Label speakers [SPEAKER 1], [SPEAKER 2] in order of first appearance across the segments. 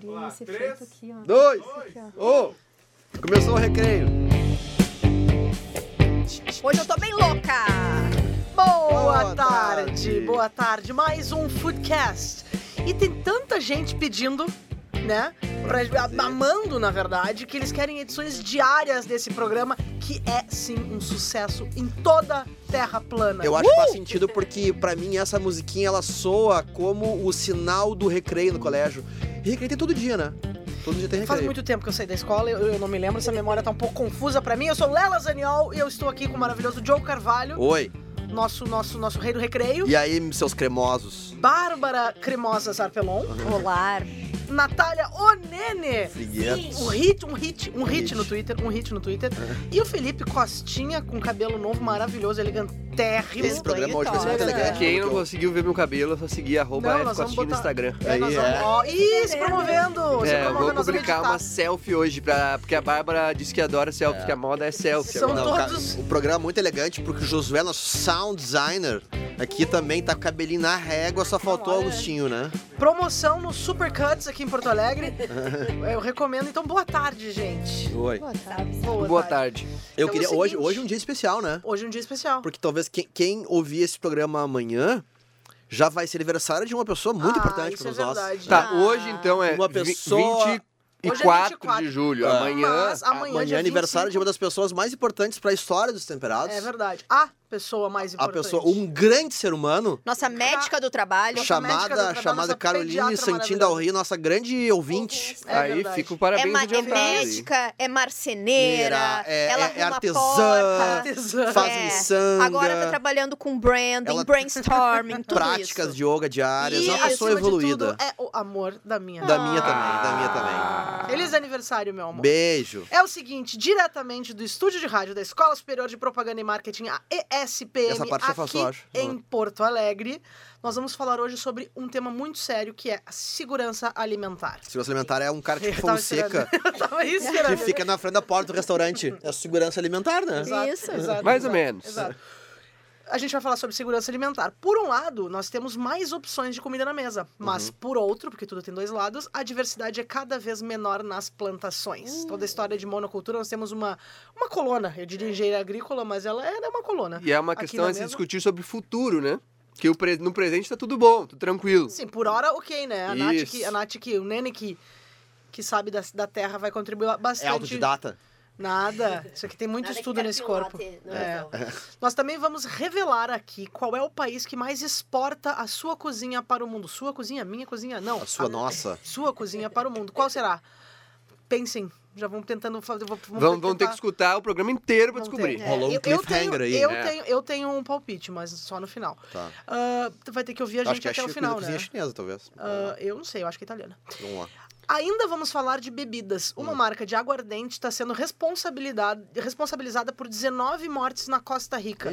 [SPEAKER 1] Vamos lá,
[SPEAKER 2] esse
[SPEAKER 1] três,
[SPEAKER 2] fruto aqui, ó.
[SPEAKER 3] Dois!
[SPEAKER 2] Esse aqui, ó.
[SPEAKER 3] Um! Começou o recreio!
[SPEAKER 4] Hoje eu tô bem louca! Boa,
[SPEAKER 3] Boa
[SPEAKER 4] tarde.
[SPEAKER 3] tarde.
[SPEAKER 4] boa tarde. Mais um Foodcast. E tem tanta gente pedindo, né? Pra,
[SPEAKER 3] fazer.
[SPEAKER 4] amando, na verdade, que eles querem edições diárias desse programa, que é sim um sucesso em toda Terra plana.
[SPEAKER 3] Eu acho que faz sentido porque, pra mim, essa musiquinha ela soa como o sinal do recreio no colégio. E recreio tem todo dia, né? Todo dia tem
[SPEAKER 4] Faz
[SPEAKER 3] recreio.
[SPEAKER 4] muito tempo que eu saí da escola, eu, eu não me lembro, essa memória tá um pouco confusa pra mim. Eu sou Lela Zaniol e eu estou aqui com o maravilhoso Joe Carvalho,
[SPEAKER 3] Oi!
[SPEAKER 4] nosso, nosso, nosso rei do recreio.
[SPEAKER 3] E aí, seus cremosos?
[SPEAKER 4] Bárbara Cremosa Zarpelon.
[SPEAKER 2] Olar.
[SPEAKER 4] Natália Onene.
[SPEAKER 3] Friguentos.
[SPEAKER 4] Um hit, um hit, um hit
[SPEAKER 3] Hit. É.
[SPEAKER 4] no Twitter, um hit no Twitter. E o Felipe Costinha com cabelo novo, maravilhoso, elegantérrimo.
[SPEAKER 3] Esse programa hoje vai ser muito
[SPEAKER 4] Tosa.
[SPEAKER 3] elegante.
[SPEAKER 5] Quem não conseguiu ver meu cabelo, é só seguir arroba
[SPEAKER 4] Não, nós vamos
[SPEAKER 5] Fcostinha no
[SPEAKER 4] botar-
[SPEAKER 5] Instagram.
[SPEAKER 4] É, nós
[SPEAKER 3] Aí,
[SPEAKER 4] vamos-
[SPEAKER 3] é.
[SPEAKER 4] ó, Ih, se promovendo! tá? se
[SPEAKER 5] É, eu
[SPEAKER 4] promovendo,
[SPEAKER 5] vou
[SPEAKER 4] nós vamos
[SPEAKER 5] publicar
[SPEAKER 4] editar.
[SPEAKER 5] uma selfie hoje, pra, porque a Bárbara disse que adora selfie,
[SPEAKER 3] É.
[SPEAKER 5] que a moda é selfie.
[SPEAKER 4] São
[SPEAKER 5] agora.
[SPEAKER 3] o ca-
[SPEAKER 4] todos-
[SPEAKER 3] O programa é muito elegante porque o Josué, nosso sound designer, aqui também tá com o cabelinho na régua, só faltou o
[SPEAKER 4] Olha.
[SPEAKER 3] Augustinho, né?
[SPEAKER 4] Promoção no Supercuts aqui em Porto Alegre. Eu recomendo. Então, boa tarde, gente.
[SPEAKER 3] Oi.
[SPEAKER 2] Boa tarde.
[SPEAKER 4] Boa,
[SPEAKER 5] Boa
[SPEAKER 4] tarde.
[SPEAKER 5] tarde.
[SPEAKER 3] Eu
[SPEAKER 4] Então é o
[SPEAKER 3] queria. hoje,
[SPEAKER 4] seguinte.
[SPEAKER 3] hoje é um dia especial, né?
[SPEAKER 4] Hoje é um dia especial.
[SPEAKER 3] Porque talvez quem, quem ouvir esse programa amanhã já vai ser aniversário de uma pessoa muito
[SPEAKER 4] Ah,
[SPEAKER 3] importante
[SPEAKER 4] isso
[SPEAKER 3] para
[SPEAKER 4] é
[SPEAKER 3] nós.
[SPEAKER 4] verdade.
[SPEAKER 5] Tá,
[SPEAKER 4] Ah. é
[SPEAKER 5] hoje então é
[SPEAKER 3] Uma
[SPEAKER 5] vi-
[SPEAKER 3] pessoa-
[SPEAKER 5] 24
[SPEAKER 4] 24.
[SPEAKER 5] de julho.
[SPEAKER 3] Ah.
[SPEAKER 5] Amanhã.
[SPEAKER 4] Mas amanhã,
[SPEAKER 3] Amanhã
[SPEAKER 4] dia
[SPEAKER 3] é aniversário de
[SPEAKER 4] 25.
[SPEAKER 3] uma das pessoas mais importantes para a história dos temperados.
[SPEAKER 4] É verdade. A pessoa mais
[SPEAKER 3] a
[SPEAKER 4] importante. é
[SPEAKER 3] pessoa, um grande ser humano,
[SPEAKER 1] Nossa médica do trabalho. é
[SPEAKER 4] Nossa médica do
[SPEAKER 3] chamada,
[SPEAKER 4] trabalho,
[SPEAKER 3] chamada
[SPEAKER 4] nossa
[SPEAKER 3] Caroline
[SPEAKER 4] é pediatra
[SPEAKER 3] Santin
[SPEAKER 4] maravilhosa.
[SPEAKER 3] Dal Rio, nossa grande ouvinte.
[SPEAKER 4] É
[SPEAKER 5] aí
[SPEAKER 4] verdade.
[SPEAKER 5] fica o
[SPEAKER 1] É,
[SPEAKER 5] parabéns
[SPEAKER 1] ma- é
[SPEAKER 5] adiantado aí.
[SPEAKER 1] médica, é marceneira,
[SPEAKER 3] É-
[SPEAKER 1] ela
[SPEAKER 3] é- é
[SPEAKER 1] arruma
[SPEAKER 3] artesã.
[SPEAKER 4] Tá.
[SPEAKER 1] porta.
[SPEAKER 4] Artesã.
[SPEAKER 3] Faz
[SPEAKER 1] É.
[SPEAKER 3] miçanga.
[SPEAKER 1] Agora tá trabalhando com branding,
[SPEAKER 3] Ela-
[SPEAKER 1] brainstorming, tudo
[SPEAKER 3] práticas
[SPEAKER 1] isso.
[SPEAKER 3] de yoga diárias,
[SPEAKER 4] E,
[SPEAKER 3] é uma pessoa
[SPEAKER 4] acima de
[SPEAKER 3] evoluída.
[SPEAKER 4] tudo, Ah. é o amor da minha.
[SPEAKER 3] Da minha também, da minha também.
[SPEAKER 4] Feliz aniversário, meu amor.
[SPEAKER 3] Beijo.
[SPEAKER 4] é o seguinte, diretamente do estúdio de rádio da Escola Superior de Propaganda e Marketing, a ESPM,
[SPEAKER 3] Essa parte você
[SPEAKER 4] aqui
[SPEAKER 3] passou, acho.
[SPEAKER 4] em Porto Alegre, nós vamos falar hoje sobre um tema muito sério, que é a segurança alimentar.
[SPEAKER 3] Segurança alimentar é um cara tipo
[SPEAKER 4] Eu tava
[SPEAKER 3] Fonseca
[SPEAKER 4] esperando- Eu tava
[SPEAKER 3] que
[SPEAKER 4] esperando.
[SPEAKER 3] fica na frente da porta do restaurante. É segurança alimentar, né?
[SPEAKER 4] Exato,
[SPEAKER 2] Isso.
[SPEAKER 4] exato,
[SPEAKER 5] Mais ou
[SPEAKER 4] exato,
[SPEAKER 5] menos.
[SPEAKER 4] Exato. A gente vai falar sobre segurança alimentar. Por um lado, nós temos mais opções de comida na mesa, mas por outro, porque tudo tem dois lados, a diversidade é cada vez menor nas plantações. Toda a história de monocultura, nós temos uma, uma colona, eu diria engenharia agrícola, mas ela é uma colona.
[SPEAKER 5] E é uma
[SPEAKER 4] Aqui
[SPEAKER 5] questão
[SPEAKER 4] na
[SPEAKER 5] a se
[SPEAKER 4] mesa.
[SPEAKER 5] discutir sobre o futuro, né? Que o pre- no presente tá tudo bom, tudo tranquilo.
[SPEAKER 4] Sim, por hora, ok, né? A Nath,
[SPEAKER 5] Isso.
[SPEAKER 4] que, a Nath que, o Nene que, que sabe da, da terra vai contribuir bastante.
[SPEAKER 3] É autodidata.
[SPEAKER 4] Nada. Isso aqui tem muito estudo nesse corpo. É. Nós também vamos revelar aqui qual é o país que mais exporta a sua cozinha para o mundo. Sua cozinha, minha cozinha, não.
[SPEAKER 3] A sua nossa.
[SPEAKER 4] Sua cozinha para o mundo. Qual será? Pensem. Já vamos tentando fazer. Vamos,
[SPEAKER 5] Vão, vão ter que
[SPEAKER 4] tentar-
[SPEAKER 5] escutar o programa inteiro pra
[SPEAKER 4] vamos
[SPEAKER 5] descobrir.
[SPEAKER 4] ter. É,
[SPEAKER 3] Rolou um
[SPEAKER 4] eu, eu tenho,
[SPEAKER 3] cliffhanger aí,
[SPEAKER 4] Eu,
[SPEAKER 5] né?
[SPEAKER 4] tenho, eu tenho um palpite, mas só no final.
[SPEAKER 3] Tá.
[SPEAKER 4] Ah, tu vai ter que ouvir a
[SPEAKER 3] Acho
[SPEAKER 4] gente
[SPEAKER 3] que é
[SPEAKER 4] até
[SPEAKER 3] chi-
[SPEAKER 4] o
[SPEAKER 3] coisa
[SPEAKER 4] final, né?
[SPEAKER 3] cozinha chinesa, talvez.
[SPEAKER 4] Ah, eu não sei, eu acho que é italiana.
[SPEAKER 3] Vamos lá.
[SPEAKER 4] Ainda vamos falar de bebidas.
[SPEAKER 3] Hum.
[SPEAKER 4] Uma marca de aguardente está sendo responsabilidade- responsabilizada por 19 mortes na Costa Rica.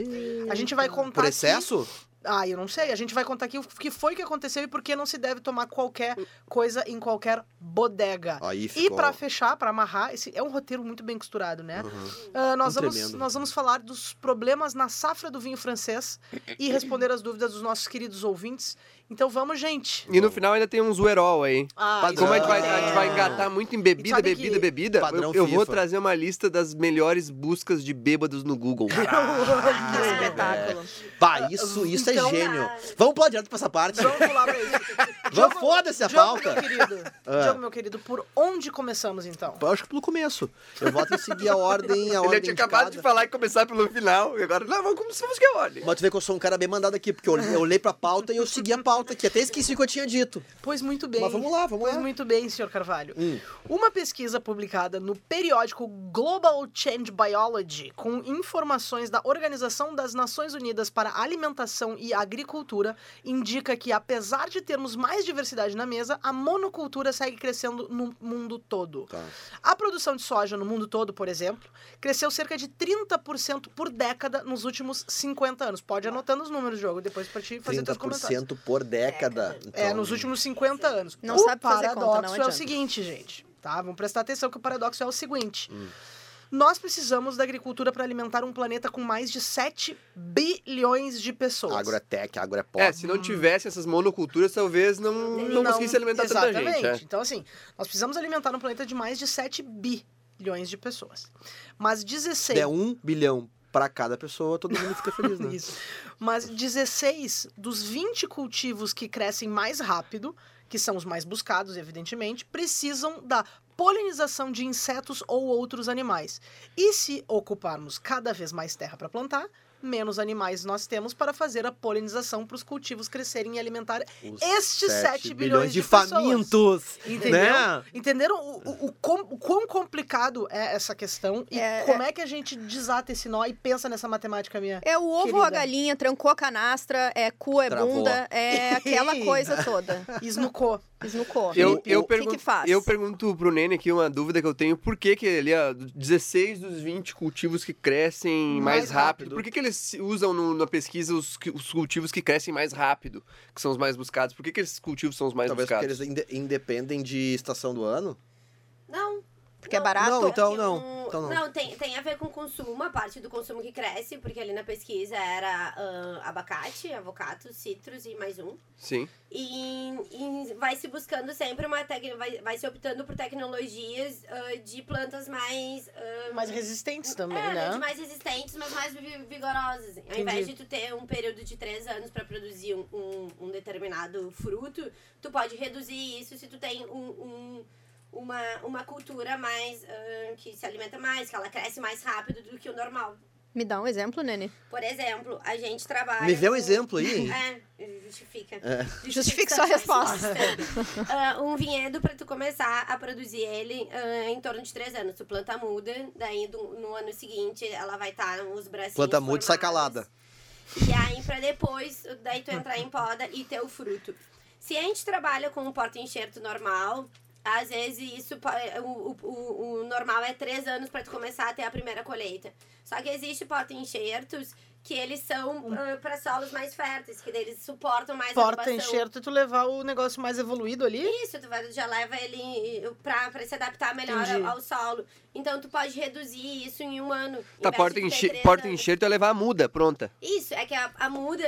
[SPEAKER 4] A gente vai contar.
[SPEAKER 3] Por
[SPEAKER 4] aqui-
[SPEAKER 3] excesso?
[SPEAKER 4] Ah, eu não sei. A gente vai contar aqui o que foi que aconteceu e por que não se deve tomar qualquer coisa em qualquer bodega.
[SPEAKER 3] Aí
[SPEAKER 4] E
[SPEAKER 3] Ah, ficou.
[SPEAKER 4] pra fechar, pra amarrar, esse é um roteiro muito bem costurado, né?
[SPEAKER 3] Uhum.
[SPEAKER 4] Ah, nós,
[SPEAKER 3] Um
[SPEAKER 4] vamos,
[SPEAKER 3] tremendo.
[SPEAKER 4] nós vamos falar dos problemas na safra do vinho francês e responder as dúvidas dos nossos queridos ouvintes. Então vamos, gente.
[SPEAKER 5] E no final ainda tem uns Zuerol aí.
[SPEAKER 4] Ah,
[SPEAKER 5] Como
[SPEAKER 3] é
[SPEAKER 5] a gente, vai,
[SPEAKER 4] isso
[SPEAKER 5] a gente vai engatar muito em bebida,
[SPEAKER 4] sabe
[SPEAKER 5] bebida,
[SPEAKER 4] que-
[SPEAKER 5] bebida,
[SPEAKER 3] Padrão
[SPEAKER 5] eu, eu vou
[SPEAKER 3] FIFA.
[SPEAKER 5] trazer uma lista das melhores buscas de bêbados no Google.
[SPEAKER 1] Que espetáculo.
[SPEAKER 3] Bah, isso, isso é
[SPEAKER 4] Então-
[SPEAKER 3] gênio. Vamos pular direto pra essa parte.
[SPEAKER 4] Vamos pular pra isso.
[SPEAKER 3] Vamos, foda-se a
[SPEAKER 4] Diogo,
[SPEAKER 3] pauta.
[SPEAKER 4] meu querido.
[SPEAKER 3] Ah.
[SPEAKER 4] Diogo, meu querido, por onde começamos então?
[SPEAKER 3] Eu acho que pelo começo. Eu voto em seguir a ordem, a
[SPEAKER 5] Ele
[SPEAKER 3] ordem
[SPEAKER 5] tinha
[SPEAKER 3] de
[SPEAKER 5] acabado
[SPEAKER 3] cada.
[SPEAKER 5] de falar e começar pelo final, e agora, não, vamos começar a buscar a ordem.
[SPEAKER 3] Mas tu vê que eu sou um cara bem mandado aqui, porque eu, eu olhei pra pauta e eu segui a pauta aqui. Até esqueci o que eu tinha dito.
[SPEAKER 4] Pois muito bem.
[SPEAKER 3] Mas vamos lá, vamos
[SPEAKER 4] Pois
[SPEAKER 3] lá.
[SPEAKER 4] muito bem, senhor Carvalho.
[SPEAKER 3] Hum.
[SPEAKER 4] Uma pesquisa publicada no periódico Global Change Biology, com informações da Organização das Nações Unidas para a Alimentação e Agricultura, indica que, apesar de termos mais diversidade na mesa, a monocultura segue crescendo no mundo todo.
[SPEAKER 3] Tá.
[SPEAKER 4] A produção de soja no mundo todo, por exemplo, cresceu cerca de 30% por década nos últimos 50 anos. Pode ir anotando os números, Diogo, depois pra te fazer teus comentários.
[SPEAKER 3] 30% por década.
[SPEAKER 4] É,
[SPEAKER 3] Então,
[SPEAKER 4] nos últimos 50 anos.
[SPEAKER 1] Não
[SPEAKER 4] o
[SPEAKER 1] sabe fazer conta, não
[SPEAKER 4] paradoxo é o
[SPEAKER 1] adianta.
[SPEAKER 5] Hum.
[SPEAKER 4] seguinte, gente. Tá? Vamos prestar atenção que o paradoxo é o seguinte. Nós precisamos da agricultura para alimentar um planeta com mais de 7 bilhões de pessoas.
[SPEAKER 3] Agrotech, agropop.
[SPEAKER 5] É, se não tivesse essas monoculturas, talvez não, não, conseguisse alimentar tanta
[SPEAKER 4] exatamente.
[SPEAKER 5] gente. é.
[SPEAKER 4] Então, assim, nós precisamos alimentar um planeta de mais de 7 bilhões de pessoas. Mas 16
[SPEAKER 3] der um bilhão pra cada pessoa, todo mundo fica feliz, né?
[SPEAKER 4] Isso. Mas 16 dos 20 cultivos que crescem mais rápido, que são os mais buscados, evidentemente, precisam da polinização de insetos ou outros animais. E se ocuparmos cada vez mais terra para plantar, menos animais nós temos para fazer a polinização para os cultivos crescerem e alimentar
[SPEAKER 3] Os
[SPEAKER 4] estes 7
[SPEAKER 3] sete
[SPEAKER 4] bilhões de,
[SPEAKER 3] de
[SPEAKER 4] pessoas.
[SPEAKER 3] famintos,
[SPEAKER 4] Entendeu?
[SPEAKER 3] né?
[SPEAKER 4] Entenderam o, o- o quão, o quão complicado é essa questão e
[SPEAKER 1] É,
[SPEAKER 4] como é que a gente desata esse nó e pensa nessa matemática minha?
[SPEAKER 1] É o ovo ou
[SPEAKER 4] Querida.
[SPEAKER 1] a galinha, trancou a canastra, é cu, é
[SPEAKER 3] Travou.
[SPEAKER 1] bunda, é aquela coisa toda.
[SPEAKER 4] Esnucou.
[SPEAKER 1] Esnucou.
[SPEAKER 5] Eu,
[SPEAKER 1] O que
[SPEAKER 5] eu,
[SPEAKER 1] que,
[SPEAKER 5] pergunto,
[SPEAKER 1] faz?
[SPEAKER 5] eu pergunto pro Nene aqui uma dúvida que eu tenho. Por que que ali, ó, 16 dos 20 cultivos que crescem mais,
[SPEAKER 4] Mais
[SPEAKER 5] rápido.
[SPEAKER 4] rápido.
[SPEAKER 5] Por que que eles se- usam no- na pesquisa os, que- os cultivos que crescem mais rápido, que são os mais buscados? Por que que esses cultivos são os mais
[SPEAKER 3] Talvez porque
[SPEAKER 5] buscados?
[SPEAKER 3] eles inde- independem de estação do ano.
[SPEAKER 2] Não.
[SPEAKER 1] Porque é
[SPEAKER 2] não.
[SPEAKER 1] barato?
[SPEAKER 3] Não, então
[SPEAKER 2] Porque
[SPEAKER 3] não,
[SPEAKER 2] um-
[SPEAKER 3] então não.
[SPEAKER 2] tem, tem a ver com consumo, a parte do consumo que cresce, porque ali na pesquisa era ah, abacate, avocado, citros e mais um.
[SPEAKER 5] Sim.
[SPEAKER 2] E, e vai se buscando sempre uma tec- vai, vai se optando por tecnologias ah, de plantas mais. ah,
[SPEAKER 4] mais resistentes também,
[SPEAKER 2] é, de
[SPEAKER 4] né?
[SPEAKER 2] mais resistentes, mas mais vi- vigorosas. Ao invés de tu ter um período de três anos pra produzir um, um, um determinado fruto, tu pode reduzir isso se tu tem um, um- uma, uma cultura mais ah, que se alimenta mais, que ela cresce mais rápido do que o normal.
[SPEAKER 1] Me dá um exemplo, Nene.
[SPEAKER 2] Por exemplo, a gente trabalha.
[SPEAKER 3] Me vê um
[SPEAKER 2] com-
[SPEAKER 3] exemplo aí.
[SPEAKER 2] É, justifica.
[SPEAKER 3] É.
[SPEAKER 1] Justifique sua resposta.
[SPEAKER 2] Ah, um vinhedo pra tu começar a produzir ele ah, em torno de três anos. Tu planta a muda, daí do- no ano seguinte ela vai estar os bracinhos.
[SPEAKER 3] Planta muda e sai
[SPEAKER 2] formados.
[SPEAKER 3] calada.
[SPEAKER 2] E aí pra depois, daí tu entrar em poda e ter o fruto. Se a gente trabalha com um porta-enxerto normal, às vezes isso po- o, o- o- o normal é três anos pra tu começar a ter a primeira colheita. Só que existe porta-enxertos que eles são ah, pra solos mais férteis, que daí eles suportam mais
[SPEAKER 4] Porta
[SPEAKER 2] adubação.
[SPEAKER 4] enxerto e tu levar o negócio mais evoluído ali.
[SPEAKER 2] Isso, tu vai, já leva ele pra, pra se adaptar melhor
[SPEAKER 4] Entendi.
[SPEAKER 2] ao, ao solo. Então tu pode reduzir isso em um ano. em
[SPEAKER 5] Tá,
[SPEAKER 2] vez
[SPEAKER 5] porta,
[SPEAKER 2] de ter
[SPEAKER 5] enche-
[SPEAKER 2] três
[SPEAKER 5] porta
[SPEAKER 2] anos.
[SPEAKER 5] enxerto é levar a muda, pronta.
[SPEAKER 2] Isso, é que a, a muda,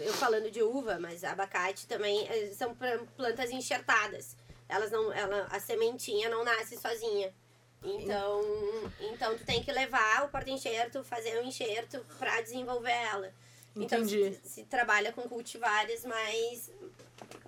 [SPEAKER 2] eu falando de uva, mas abacate também, eh, são pran- plantas enxertadas. Elas não, ela, a sementinha não nasce sozinha. Então, então tu tem que levar o porta-enxerto, fazer o enxerto pra desenvolver ela.
[SPEAKER 4] Entendi.
[SPEAKER 2] Então se, se trabalha com cultivares mais,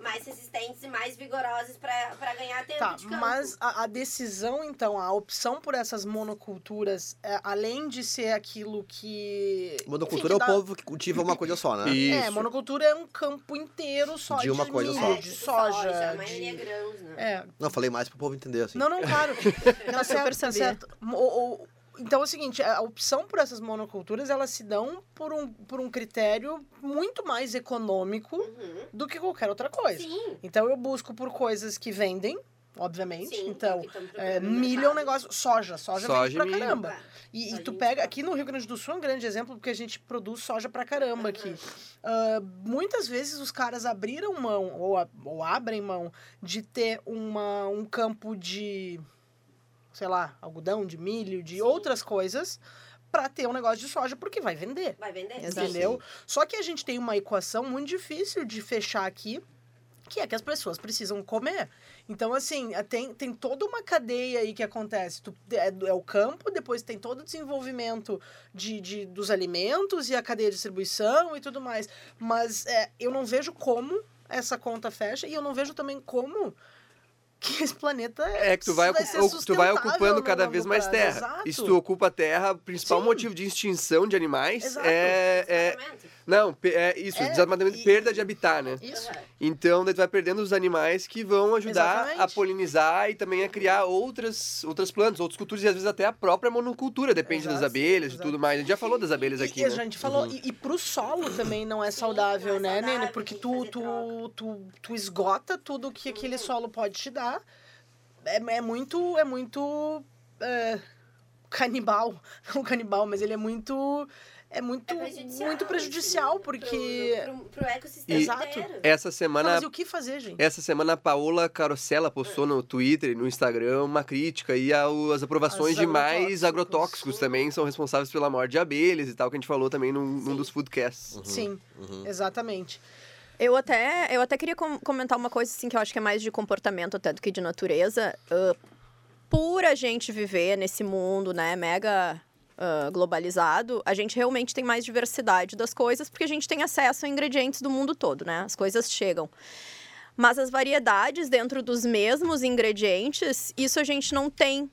[SPEAKER 2] mais resistentes e mais vigorosas pra, pra ganhar tempo
[SPEAKER 4] Tá,
[SPEAKER 2] de campo.
[SPEAKER 4] mas a, a decisão, então, a opção por essas monoculturas, é, além de ser aquilo que.
[SPEAKER 3] Monocultura é
[SPEAKER 4] enfim,
[SPEAKER 3] o
[SPEAKER 4] que dá-
[SPEAKER 3] povo que cultiva uma coisa só, né?
[SPEAKER 5] Isso.
[SPEAKER 4] É, monocultura é um campo inteiro só
[SPEAKER 3] De
[SPEAKER 4] de,
[SPEAKER 3] uma
[SPEAKER 2] É,
[SPEAKER 3] coisa
[SPEAKER 4] milho,
[SPEAKER 3] só.
[SPEAKER 4] de
[SPEAKER 2] tipo
[SPEAKER 4] soja.
[SPEAKER 2] a maioria é
[SPEAKER 4] de...
[SPEAKER 2] grãos, né?
[SPEAKER 4] É,
[SPEAKER 3] Não, falei mais pro povo entender, assim.
[SPEAKER 4] Não, não, claro.
[SPEAKER 1] super
[SPEAKER 4] Tá certo, tá
[SPEAKER 1] saber.
[SPEAKER 4] certo. Mo- o- o- então é o seguinte, a opção por essas monoculturas, elas se dão por um, por um critério muito mais econômico
[SPEAKER 2] Uhum.
[SPEAKER 4] do que qualquer outra coisa.
[SPEAKER 2] Sim.
[SPEAKER 4] Então eu busco por coisas que vendem, obviamente.
[SPEAKER 2] sim,
[SPEAKER 4] então,
[SPEAKER 2] que tão
[SPEAKER 4] é,
[SPEAKER 2] procurando no
[SPEAKER 4] milho é um
[SPEAKER 2] mercado.
[SPEAKER 4] negócio... Soja, soja,
[SPEAKER 5] Soja
[SPEAKER 4] vende pra
[SPEAKER 5] e milho.
[SPEAKER 4] caramba.
[SPEAKER 2] Tá.
[SPEAKER 4] E, e
[SPEAKER 2] Soja
[SPEAKER 4] tu
[SPEAKER 2] e
[SPEAKER 4] pega...
[SPEAKER 2] milho.
[SPEAKER 4] Aqui no Rio Grande do Sul é um grande exemplo, porque a gente produz soja pra caramba aqui. Ah, muitas vezes os caras abriram mão, ou, a- ou abrem mão, de ter uma, um campo de, sei lá, algodão, de milho, de
[SPEAKER 2] Sim.
[SPEAKER 4] outras coisas, pra ter um negócio de soja, porque vai vender.
[SPEAKER 2] Vai vender.
[SPEAKER 1] Exato.
[SPEAKER 4] Entendeu? Só que a gente tem uma equação muito difícil de fechar aqui, que é que as pessoas precisam comer. Então, assim, é, tem, tem toda uma cadeia aí que acontece. Tu, é, do- é o campo, depois tem todo o desenvolvimento de, de- dos alimentos e a cadeia de distribuição e tudo mais. Mas é, eu não vejo como essa conta fecha e eu não vejo também como que esse planeta
[SPEAKER 5] É que tu vai,
[SPEAKER 4] vai
[SPEAKER 5] ocu-
[SPEAKER 4] ser
[SPEAKER 5] ocu- tu vai
[SPEAKER 4] sustentável
[SPEAKER 5] ocupando
[SPEAKER 4] no
[SPEAKER 5] cada
[SPEAKER 4] longo
[SPEAKER 5] vez mais
[SPEAKER 4] prazo.
[SPEAKER 5] terra.
[SPEAKER 4] Exato.
[SPEAKER 5] E se tu ocupa a terra, o principal
[SPEAKER 4] Sim.
[SPEAKER 5] motivo de extinção de animais
[SPEAKER 4] Exato.
[SPEAKER 5] é, é-
[SPEAKER 2] Exatamente.
[SPEAKER 5] Não, pe- é isso,
[SPEAKER 4] É,
[SPEAKER 5] desmatamento,
[SPEAKER 4] e-
[SPEAKER 5] perda de habitat, né?
[SPEAKER 4] Isso.
[SPEAKER 2] Aham.
[SPEAKER 5] Então, daí tu vai perdendo os animais que vão ajudar a
[SPEAKER 4] Exatamente.
[SPEAKER 5] polinizar e também a criar outras, outras plantas, outros culturas e às vezes até a própria monocultura, depende das
[SPEAKER 4] Exato,
[SPEAKER 5] abelhas
[SPEAKER 4] exato.
[SPEAKER 5] e tudo mais. A gente já falou das abelhas
[SPEAKER 4] E-
[SPEAKER 5] aqui,
[SPEAKER 4] e a
[SPEAKER 5] né?
[SPEAKER 4] gente falou,
[SPEAKER 3] Uhum.
[SPEAKER 4] e, e pro solo também não é saudável,
[SPEAKER 2] não
[SPEAKER 4] né,
[SPEAKER 2] é saudável, é
[SPEAKER 4] Nene? Porque
[SPEAKER 2] tem que
[SPEAKER 4] tu,
[SPEAKER 2] fazer
[SPEAKER 4] tu,
[SPEAKER 2] troca.
[SPEAKER 4] tu, tu esgota tudo que aquele solo pode te dar. É, é muito. É muito. é, canibal. Não canibal, mas ele é muito. é muito,
[SPEAKER 2] É prejudicial.
[SPEAKER 4] muito prejudicial,
[SPEAKER 2] assim,
[SPEAKER 4] porque.
[SPEAKER 2] Pro, pro, pro ecossistema
[SPEAKER 5] E-
[SPEAKER 4] Exato.
[SPEAKER 2] inteiro.
[SPEAKER 5] Essa
[SPEAKER 4] Não,
[SPEAKER 5] semana,
[SPEAKER 4] mas e o que fazer, gente?
[SPEAKER 5] essa semana a Paola Carosella postou no Twitter e no Instagram uma crítica aí ao- às aprovações
[SPEAKER 4] Aos
[SPEAKER 5] de
[SPEAKER 4] agrotóxicos.
[SPEAKER 5] mais agrotóxicos também são responsáveis pela morte de abelhas e tal, que a gente falou também num, num
[SPEAKER 2] Sim.
[SPEAKER 5] dos foodcasts.
[SPEAKER 3] Uhum,
[SPEAKER 4] Sim, exatamente.
[SPEAKER 1] Eu até, eu até queria com- comentar uma coisa, assim, que eu acho que é mais de comportamento até do que de natureza. Ah, por a gente viver nesse mundo, né, mega ah, globalizado, a gente realmente tem mais diversidade das coisas, porque a gente tem acesso a ingredientes do mundo todo, né? As coisas chegam. Mas as variedades dentro dos mesmos ingredientes, isso a gente não tem.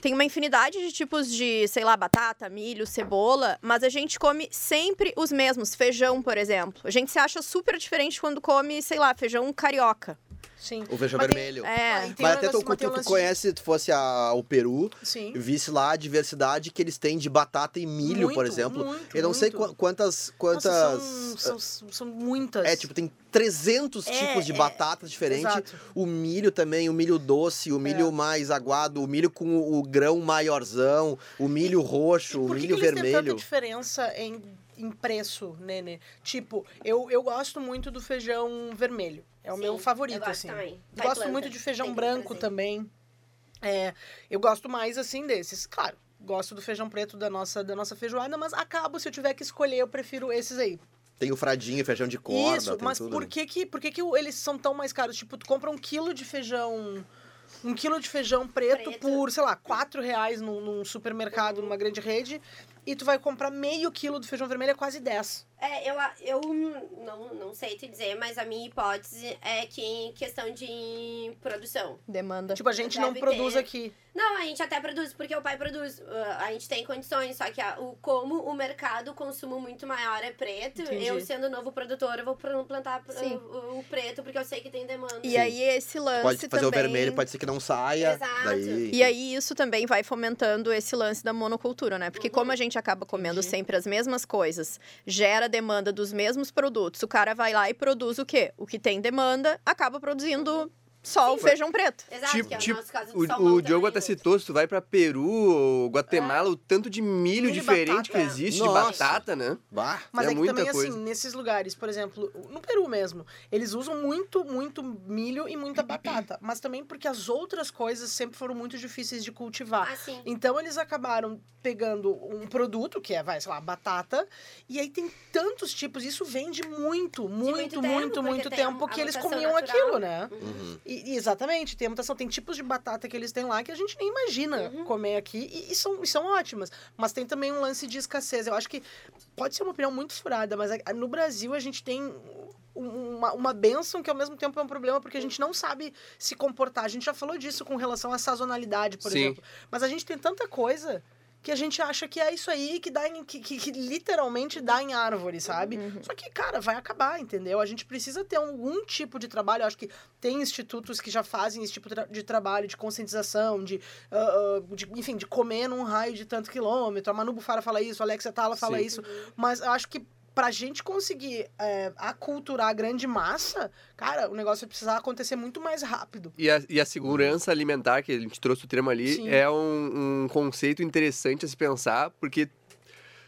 [SPEAKER 1] Tem uma infinidade de tipos de, sei lá, batata, milho, cebola, mas a gente come sempre os mesmos. Feijão, por exemplo. A gente se acha super diferente quando come, sei lá, feijão carioca.
[SPEAKER 4] Sim.
[SPEAKER 3] O feijão
[SPEAKER 4] Mas tem-
[SPEAKER 3] vermelho.
[SPEAKER 4] Ah,
[SPEAKER 1] É.
[SPEAKER 4] e tem
[SPEAKER 3] Mas
[SPEAKER 4] um
[SPEAKER 3] até tu,
[SPEAKER 4] negócio- mas
[SPEAKER 3] tu,
[SPEAKER 4] tem um
[SPEAKER 3] tu
[SPEAKER 4] lance de-
[SPEAKER 3] conhece, se tu fosse ao Peru,
[SPEAKER 4] Sim.
[SPEAKER 3] visse lá a diversidade que eles têm de batata e milho, por
[SPEAKER 4] Muito,
[SPEAKER 3] exemplo.
[SPEAKER 4] muito,
[SPEAKER 3] Eu não sei
[SPEAKER 4] muito.
[SPEAKER 3] qua- quantas. quantas
[SPEAKER 4] Nossa, são, são, são muitas.
[SPEAKER 3] É, tipo, tem 300
[SPEAKER 4] É,
[SPEAKER 3] tipos de
[SPEAKER 4] é,
[SPEAKER 3] batatas diferentes.
[SPEAKER 4] Exato.
[SPEAKER 3] O milho também, o milho doce, o
[SPEAKER 4] É.
[SPEAKER 3] milho mais aguado, o milho com o, o grão maiorzão, o milho roxo, o
[SPEAKER 4] Por que,
[SPEAKER 3] Tipo, milho
[SPEAKER 4] que eles têm tanta
[SPEAKER 3] vermelho.
[SPEAKER 4] diferença em, em preço, Nene? Tipo, eu, eu gosto muito do feijão vermelho. É o
[SPEAKER 2] Sim,
[SPEAKER 4] meu favorito,
[SPEAKER 2] eu gosto
[SPEAKER 4] assim.
[SPEAKER 2] também. Vai
[SPEAKER 4] Gosto
[SPEAKER 2] planta,
[SPEAKER 4] muito de feijão
[SPEAKER 2] tem que
[SPEAKER 4] branco
[SPEAKER 2] trazer.
[SPEAKER 4] também. É, eu gosto mais, assim, desses. Claro, gosto do feijão preto da nossa, da nossa feijoada, mas acabo, se eu tiver que escolher, eu prefiro esses aí.
[SPEAKER 3] Tem o fradinho, feijão de corda,
[SPEAKER 4] Isso,
[SPEAKER 3] tem
[SPEAKER 4] mas
[SPEAKER 3] tudo.
[SPEAKER 4] por que que, por que que o- eles são tão mais caros? Tipo, tu compra um quilo de feijão... Um quilo de feijão preto,
[SPEAKER 2] Preto.
[SPEAKER 4] por, sei lá, quatro reais num, num supermercado, numa grande rede. E tu vai comprar meio quilo do feijão vermelho, é quase 10.
[SPEAKER 2] É, eu, a- eu não, não sei te dizer, mas a minha hipótese é que em questão de produção.
[SPEAKER 1] Demanda.
[SPEAKER 4] Tipo, a gente não
[SPEAKER 2] Deve
[SPEAKER 4] produz
[SPEAKER 2] ter.
[SPEAKER 4] aqui.
[SPEAKER 2] Não, a gente até produz, porque o pai produz. Ah, A gente tem condições, só que a- o, como o mercado, o consumo muito maior é preto,
[SPEAKER 4] Entendi.
[SPEAKER 2] eu sendo novo produtor, eu vou pro- plantar pro-
[SPEAKER 1] Sim.
[SPEAKER 2] o, o preto, porque eu sei que tem demanda.
[SPEAKER 1] E aí esse lance
[SPEAKER 3] Pode fazer o
[SPEAKER 1] também...
[SPEAKER 3] vermelho, pode ser que não saia.
[SPEAKER 2] Exato.
[SPEAKER 3] Daí...
[SPEAKER 1] E aí isso também vai fomentando esse lance da monocultura, né? Porque como a gente acaba comendo
[SPEAKER 4] Entendi.
[SPEAKER 1] sempre as mesmas coisas, gera demanda dos mesmos produtos. O cara vai lá e produz o quê? O que tem demanda, acaba produzindo só o feijão preto.
[SPEAKER 2] Exato,
[SPEAKER 5] Tipo-
[SPEAKER 2] que é o
[SPEAKER 5] tipo,
[SPEAKER 2] nosso caso de
[SPEAKER 5] O,
[SPEAKER 2] salmão
[SPEAKER 4] um
[SPEAKER 5] o Diogo
[SPEAKER 2] também,
[SPEAKER 5] até
[SPEAKER 2] né?
[SPEAKER 5] citou, se tu vai pra Peru ou Guatemala, o tanto de milho,
[SPEAKER 4] É. Milho e
[SPEAKER 5] diferente que
[SPEAKER 4] batata.
[SPEAKER 5] existe,
[SPEAKER 3] Nossa.
[SPEAKER 5] de batata, né?
[SPEAKER 3] Bah.
[SPEAKER 4] Mas
[SPEAKER 5] É
[SPEAKER 4] é, que
[SPEAKER 5] muita
[SPEAKER 4] também,
[SPEAKER 5] coisa.
[SPEAKER 4] assim, nesses lugares, por exemplo, no Peru mesmo, eles usam muito, muito milho e muita batata. Mas também porque as outras coisas sempre foram muito difíceis de cultivar.
[SPEAKER 2] Ah, sim.
[SPEAKER 4] Então eles acabaram pegando um produto, que é, vai, sei lá, batata, e aí tem tantos tipos, isso vende muito, muito,
[SPEAKER 2] muito tempo,
[SPEAKER 4] muito,
[SPEAKER 2] porque
[SPEAKER 4] muito
[SPEAKER 2] tem
[SPEAKER 4] tempo,
[SPEAKER 2] a
[SPEAKER 4] que eles
[SPEAKER 2] mutação
[SPEAKER 4] comiam
[SPEAKER 2] natural.
[SPEAKER 4] aquilo, né?
[SPEAKER 3] Uhum.
[SPEAKER 4] E, e exatamente, tem a mutação, tem tipos de batata que eles têm lá que a gente nem imagina
[SPEAKER 2] Uhum.
[SPEAKER 4] comer aqui e, e são, e são ótimas. Mas tem também um lance de escassez. Eu acho que pode ser uma opinião muito furada, mas a- no Brasil a gente tem um- uma, uma benção que ao mesmo tempo é um problema porque a gente não sabe se comportar. A gente já falou disso com relação à sazonalidade, por
[SPEAKER 5] Sim.
[SPEAKER 4] exemplo. Mas a gente tem tanta coisa que a gente acha que é isso aí que dá em, que, que- que literalmente dá em árvore, sabe? Só que, cara, vai acabar, entendeu? A gente precisa ter algum tipo de trabalho. Eu acho que tem institutos que já fazem esse tipo tra- de trabalho de conscientização, de, ah, ah, de- enfim, de comer num raio de tanto quilômetro. A Manu Bufara fala isso, a Alexia Tala fala
[SPEAKER 5] Sim.
[SPEAKER 4] isso. Mas eu acho que pra gente conseguir eh, aculturar a grande massa, cara, o negócio vai precisar acontecer muito mais rápido.
[SPEAKER 5] E a, e a segurança alimentar, que a gente trouxe o termo ali,
[SPEAKER 4] Sim.
[SPEAKER 5] é um, um conceito interessante a se pensar, porque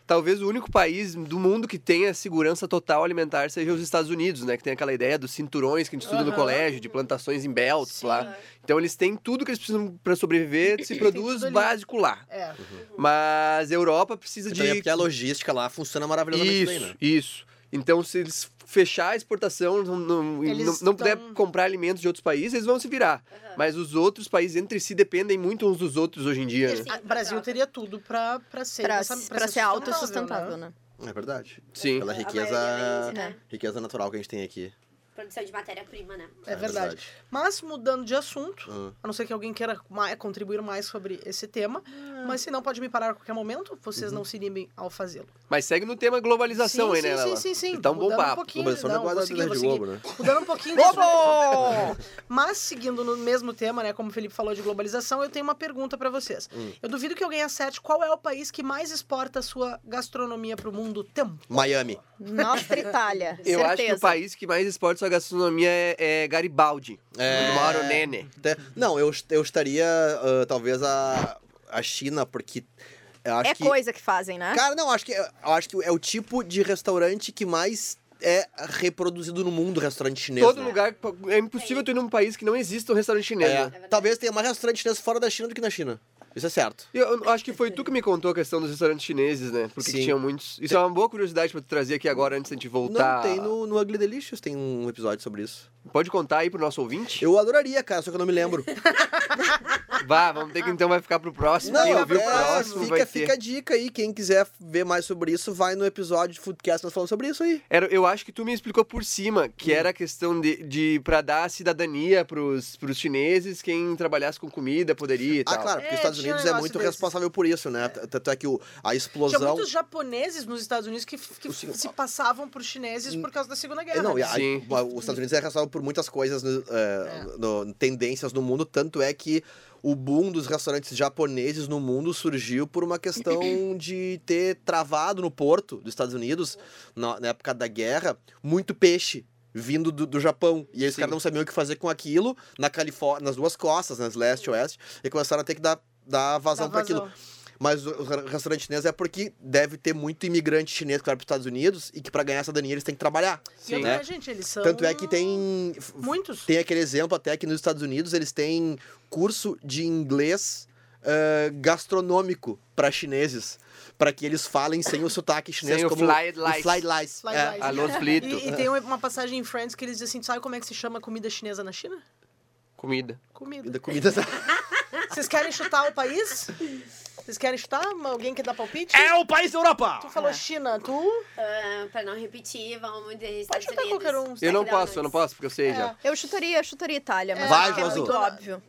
[SPEAKER 5] talvez o único país do mundo que tenha segurança total alimentar seja os Estados Unidos, né? Que tem aquela ideia dos cinturões que a gente estuda no
[SPEAKER 4] Aham.
[SPEAKER 5] colégio, de plantações em belts
[SPEAKER 4] Sim.
[SPEAKER 5] lá. Então eles têm tudo que eles precisam para sobreviver, se produz
[SPEAKER 4] tudo ali.
[SPEAKER 5] básico lá.
[SPEAKER 4] É.
[SPEAKER 5] Mas a Europa precisa
[SPEAKER 3] Então, é
[SPEAKER 5] de
[SPEAKER 3] porque a logística lá funciona maravilhosamente
[SPEAKER 5] Isso,
[SPEAKER 3] bem, né?
[SPEAKER 5] isso. Então, se eles fechar a exportação, não, não,
[SPEAKER 4] Eles É.
[SPEAKER 5] não, não puder
[SPEAKER 4] tão-
[SPEAKER 5] comprar alimentos de outros países, eles vão se virar.
[SPEAKER 2] Aham.
[SPEAKER 5] Mas os outros países entre si dependem muito uns dos outros hoje em dia.
[SPEAKER 2] Eles-
[SPEAKER 5] né?
[SPEAKER 2] Sim,
[SPEAKER 4] Ah,
[SPEAKER 2] pra
[SPEAKER 4] O Brasil
[SPEAKER 2] troca.
[SPEAKER 4] teria tudo pra, pra ser
[SPEAKER 1] Pra,
[SPEAKER 4] essa-
[SPEAKER 1] pra ser
[SPEAKER 4] né?
[SPEAKER 1] autossustentável, né?
[SPEAKER 3] É verdade.
[SPEAKER 5] Sim.
[SPEAKER 3] Pela
[SPEAKER 2] A
[SPEAKER 3] riqueza,
[SPEAKER 5] é
[SPEAKER 2] maioria vende, né?
[SPEAKER 3] riqueza natural que a gente tem aqui.
[SPEAKER 2] Produção de matéria-prima, né?
[SPEAKER 4] É verdade. Mas mudando de assunto,
[SPEAKER 3] Hum.
[SPEAKER 4] a não ser que alguém queira mais, contribuir mais sobre esse tema,
[SPEAKER 3] Ah.
[SPEAKER 4] mas se não, pode me parar a qualquer momento,
[SPEAKER 3] Uhum.
[SPEAKER 4] vocês não se inhibem ao fazê-lo.
[SPEAKER 5] Mas segue no tema globalização
[SPEAKER 4] sim,
[SPEAKER 5] aí,
[SPEAKER 4] sim,
[SPEAKER 5] né,
[SPEAKER 4] sim,
[SPEAKER 5] Lala?
[SPEAKER 4] sim, sim.
[SPEAKER 3] Então,
[SPEAKER 5] Tá um bom
[SPEAKER 4] Mudando
[SPEAKER 5] papo.
[SPEAKER 4] pouquinho,
[SPEAKER 3] Globalização é
[SPEAKER 4] não,
[SPEAKER 3] guarda
[SPEAKER 4] vou
[SPEAKER 3] da
[SPEAKER 4] seguir, vou
[SPEAKER 3] Rede
[SPEAKER 4] seguir.
[SPEAKER 3] Globo, né?
[SPEAKER 4] Mudando um pouquinho de
[SPEAKER 1] Globo!
[SPEAKER 4] Mas seguindo no mesmo tema, né, como o Felipe falou de globalização, eu tenho uma pergunta pra vocês.
[SPEAKER 3] Hum.
[SPEAKER 4] Eu duvido que alguém acerte qual é o país que mais exporta a sua gastronomia pro mundo tempo.
[SPEAKER 3] Miami.
[SPEAKER 1] Nostra Itália,
[SPEAKER 5] Eu
[SPEAKER 1] certeza.
[SPEAKER 5] acho que o país que mais exporta sua gastronomia é, é Garibaldi.
[SPEAKER 3] É.
[SPEAKER 5] Do Mauro Nene.
[SPEAKER 3] Até- Não, eu, eu estaria ah, talvez a, a China, porque Eu acho
[SPEAKER 1] é
[SPEAKER 3] que...
[SPEAKER 1] coisa que fazem, né?
[SPEAKER 3] Cara, não, acho que, eu acho que é o tipo de restaurante que mais é reproduzido no mundo, restaurante chinês.
[SPEAKER 5] Todo
[SPEAKER 3] né?
[SPEAKER 5] lugar. É impossível tu ir num país que não exista um restaurante chinês. né?
[SPEAKER 3] É. Talvez tenha mais restaurante chinês fora da China do que na China. Isso é certo.
[SPEAKER 5] E Eu, eu acho que foi tu que me contou a questão dos restaurantes chineses, né? Porque
[SPEAKER 3] Sim.
[SPEAKER 5] tinha muitos. Isso é uma boa curiosidade pra tu trazer aqui agora antes da gente voltar.
[SPEAKER 3] Não, tem no, no Ugly Delicious, tem um episódio sobre isso.
[SPEAKER 5] Pode contar aí pro nosso ouvinte?
[SPEAKER 3] Eu adoraria, cara, só que eu não me lembro.
[SPEAKER 5] Vá, vamos ter que então vai ficar pro próximo.
[SPEAKER 3] Não,
[SPEAKER 5] Quem
[SPEAKER 3] é,
[SPEAKER 5] ouvir o próximo
[SPEAKER 3] fica,
[SPEAKER 5] vai ter.
[SPEAKER 3] fica a dica aí. Quem quiser ver mais sobre isso, vai no episódio de Foodcast, nós falamos sobre isso aí.
[SPEAKER 5] Era, eu acho que tu me explicou por cima,
[SPEAKER 3] Hum.
[SPEAKER 5] que era a questão de, de pra dar cidadania pros, pros chineses, quem trabalhasse com comida poderia e
[SPEAKER 3] Ah,
[SPEAKER 5] tal.
[SPEAKER 3] claro, porque
[SPEAKER 4] É,
[SPEAKER 3] os Estados
[SPEAKER 4] tinha um
[SPEAKER 3] Unidos é
[SPEAKER 4] negócio
[SPEAKER 3] muito
[SPEAKER 4] desses.
[SPEAKER 3] responsável por isso, né? Tanto é que o- a
[SPEAKER 4] Tinha
[SPEAKER 3] explosão.
[SPEAKER 4] muitos japoneses nos Estados Unidos que, que
[SPEAKER 3] O senhor-
[SPEAKER 4] se passavam por chineses por causa da Segunda Guerra. né?
[SPEAKER 3] É, não, e a-
[SPEAKER 5] Sim.
[SPEAKER 3] a- os Estados Unidos é responsável por muitas coisas, né, é, no- tendências no mundo, tanto é que o boom dos restaurantes japoneses no mundo surgiu por uma questão de ter travado no porto dos Estados Unidos, na, na época da guerra, muito peixe vindo do, do Japão. E aí os
[SPEAKER 5] Sim.
[SPEAKER 3] caras não sabiam o que fazer com aquilo na Califórnia, nas duas costas, né, leste e oeste, e começaram a ter que dar, dar vazão
[SPEAKER 4] Dá
[SPEAKER 3] para tá aquilo. Mas o re- restaurante chinês é porque deve ter muito imigrante chinês que vai para os Estados Unidos e que para ganhar cidadania eles têm que trabalhar.
[SPEAKER 4] E
[SPEAKER 5] Sim.
[SPEAKER 4] outra,
[SPEAKER 3] né?
[SPEAKER 4] né, gente, eles são...
[SPEAKER 3] Tanto é que tem.
[SPEAKER 4] Muitos.
[SPEAKER 3] Tem aquele exemplo até que nos Estados Unidos eles têm curso de inglês eh, gastronômico para chineses. Para que eles falem sem o sotaque chinês.
[SPEAKER 5] Sem o
[SPEAKER 3] como
[SPEAKER 5] fly
[SPEAKER 3] o
[SPEAKER 5] lice.
[SPEAKER 3] fly lice.
[SPEAKER 4] Fly
[SPEAKER 3] é.
[SPEAKER 4] lice.
[SPEAKER 5] Alô,
[SPEAKER 4] né? E,
[SPEAKER 5] Flito.
[SPEAKER 4] e tem uma passagem em Friends que eles dizem assim, sabe como é que se chama comida chinesa na China?
[SPEAKER 5] Comida.
[SPEAKER 4] Comida.
[SPEAKER 3] Da comida.
[SPEAKER 4] Vocês querem chutar o país? Vocês querem chutar? Alguém quer dar palpite?
[SPEAKER 5] É
[SPEAKER 6] o país da Europa!
[SPEAKER 4] Tu
[SPEAKER 1] É.
[SPEAKER 4] falou China, tu...
[SPEAKER 2] Ah, pra não repetir, vamos dizer
[SPEAKER 4] É. Pode
[SPEAKER 2] Estados
[SPEAKER 4] chutar
[SPEAKER 2] Unidos.
[SPEAKER 4] qualquer um.
[SPEAKER 5] Eu não
[SPEAKER 2] McDonald's.
[SPEAKER 5] posso, eu não posso, porque eu
[SPEAKER 3] É.
[SPEAKER 5] sei já.
[SPEAKER 1] Eu chutaria, eu chutaria Itália, mas
[SPEAKER 3] Vai,
[SPEAKER 1] acho que é
[SPEAKER 3] Josu.
[SPEAKER 1] muito óbvio.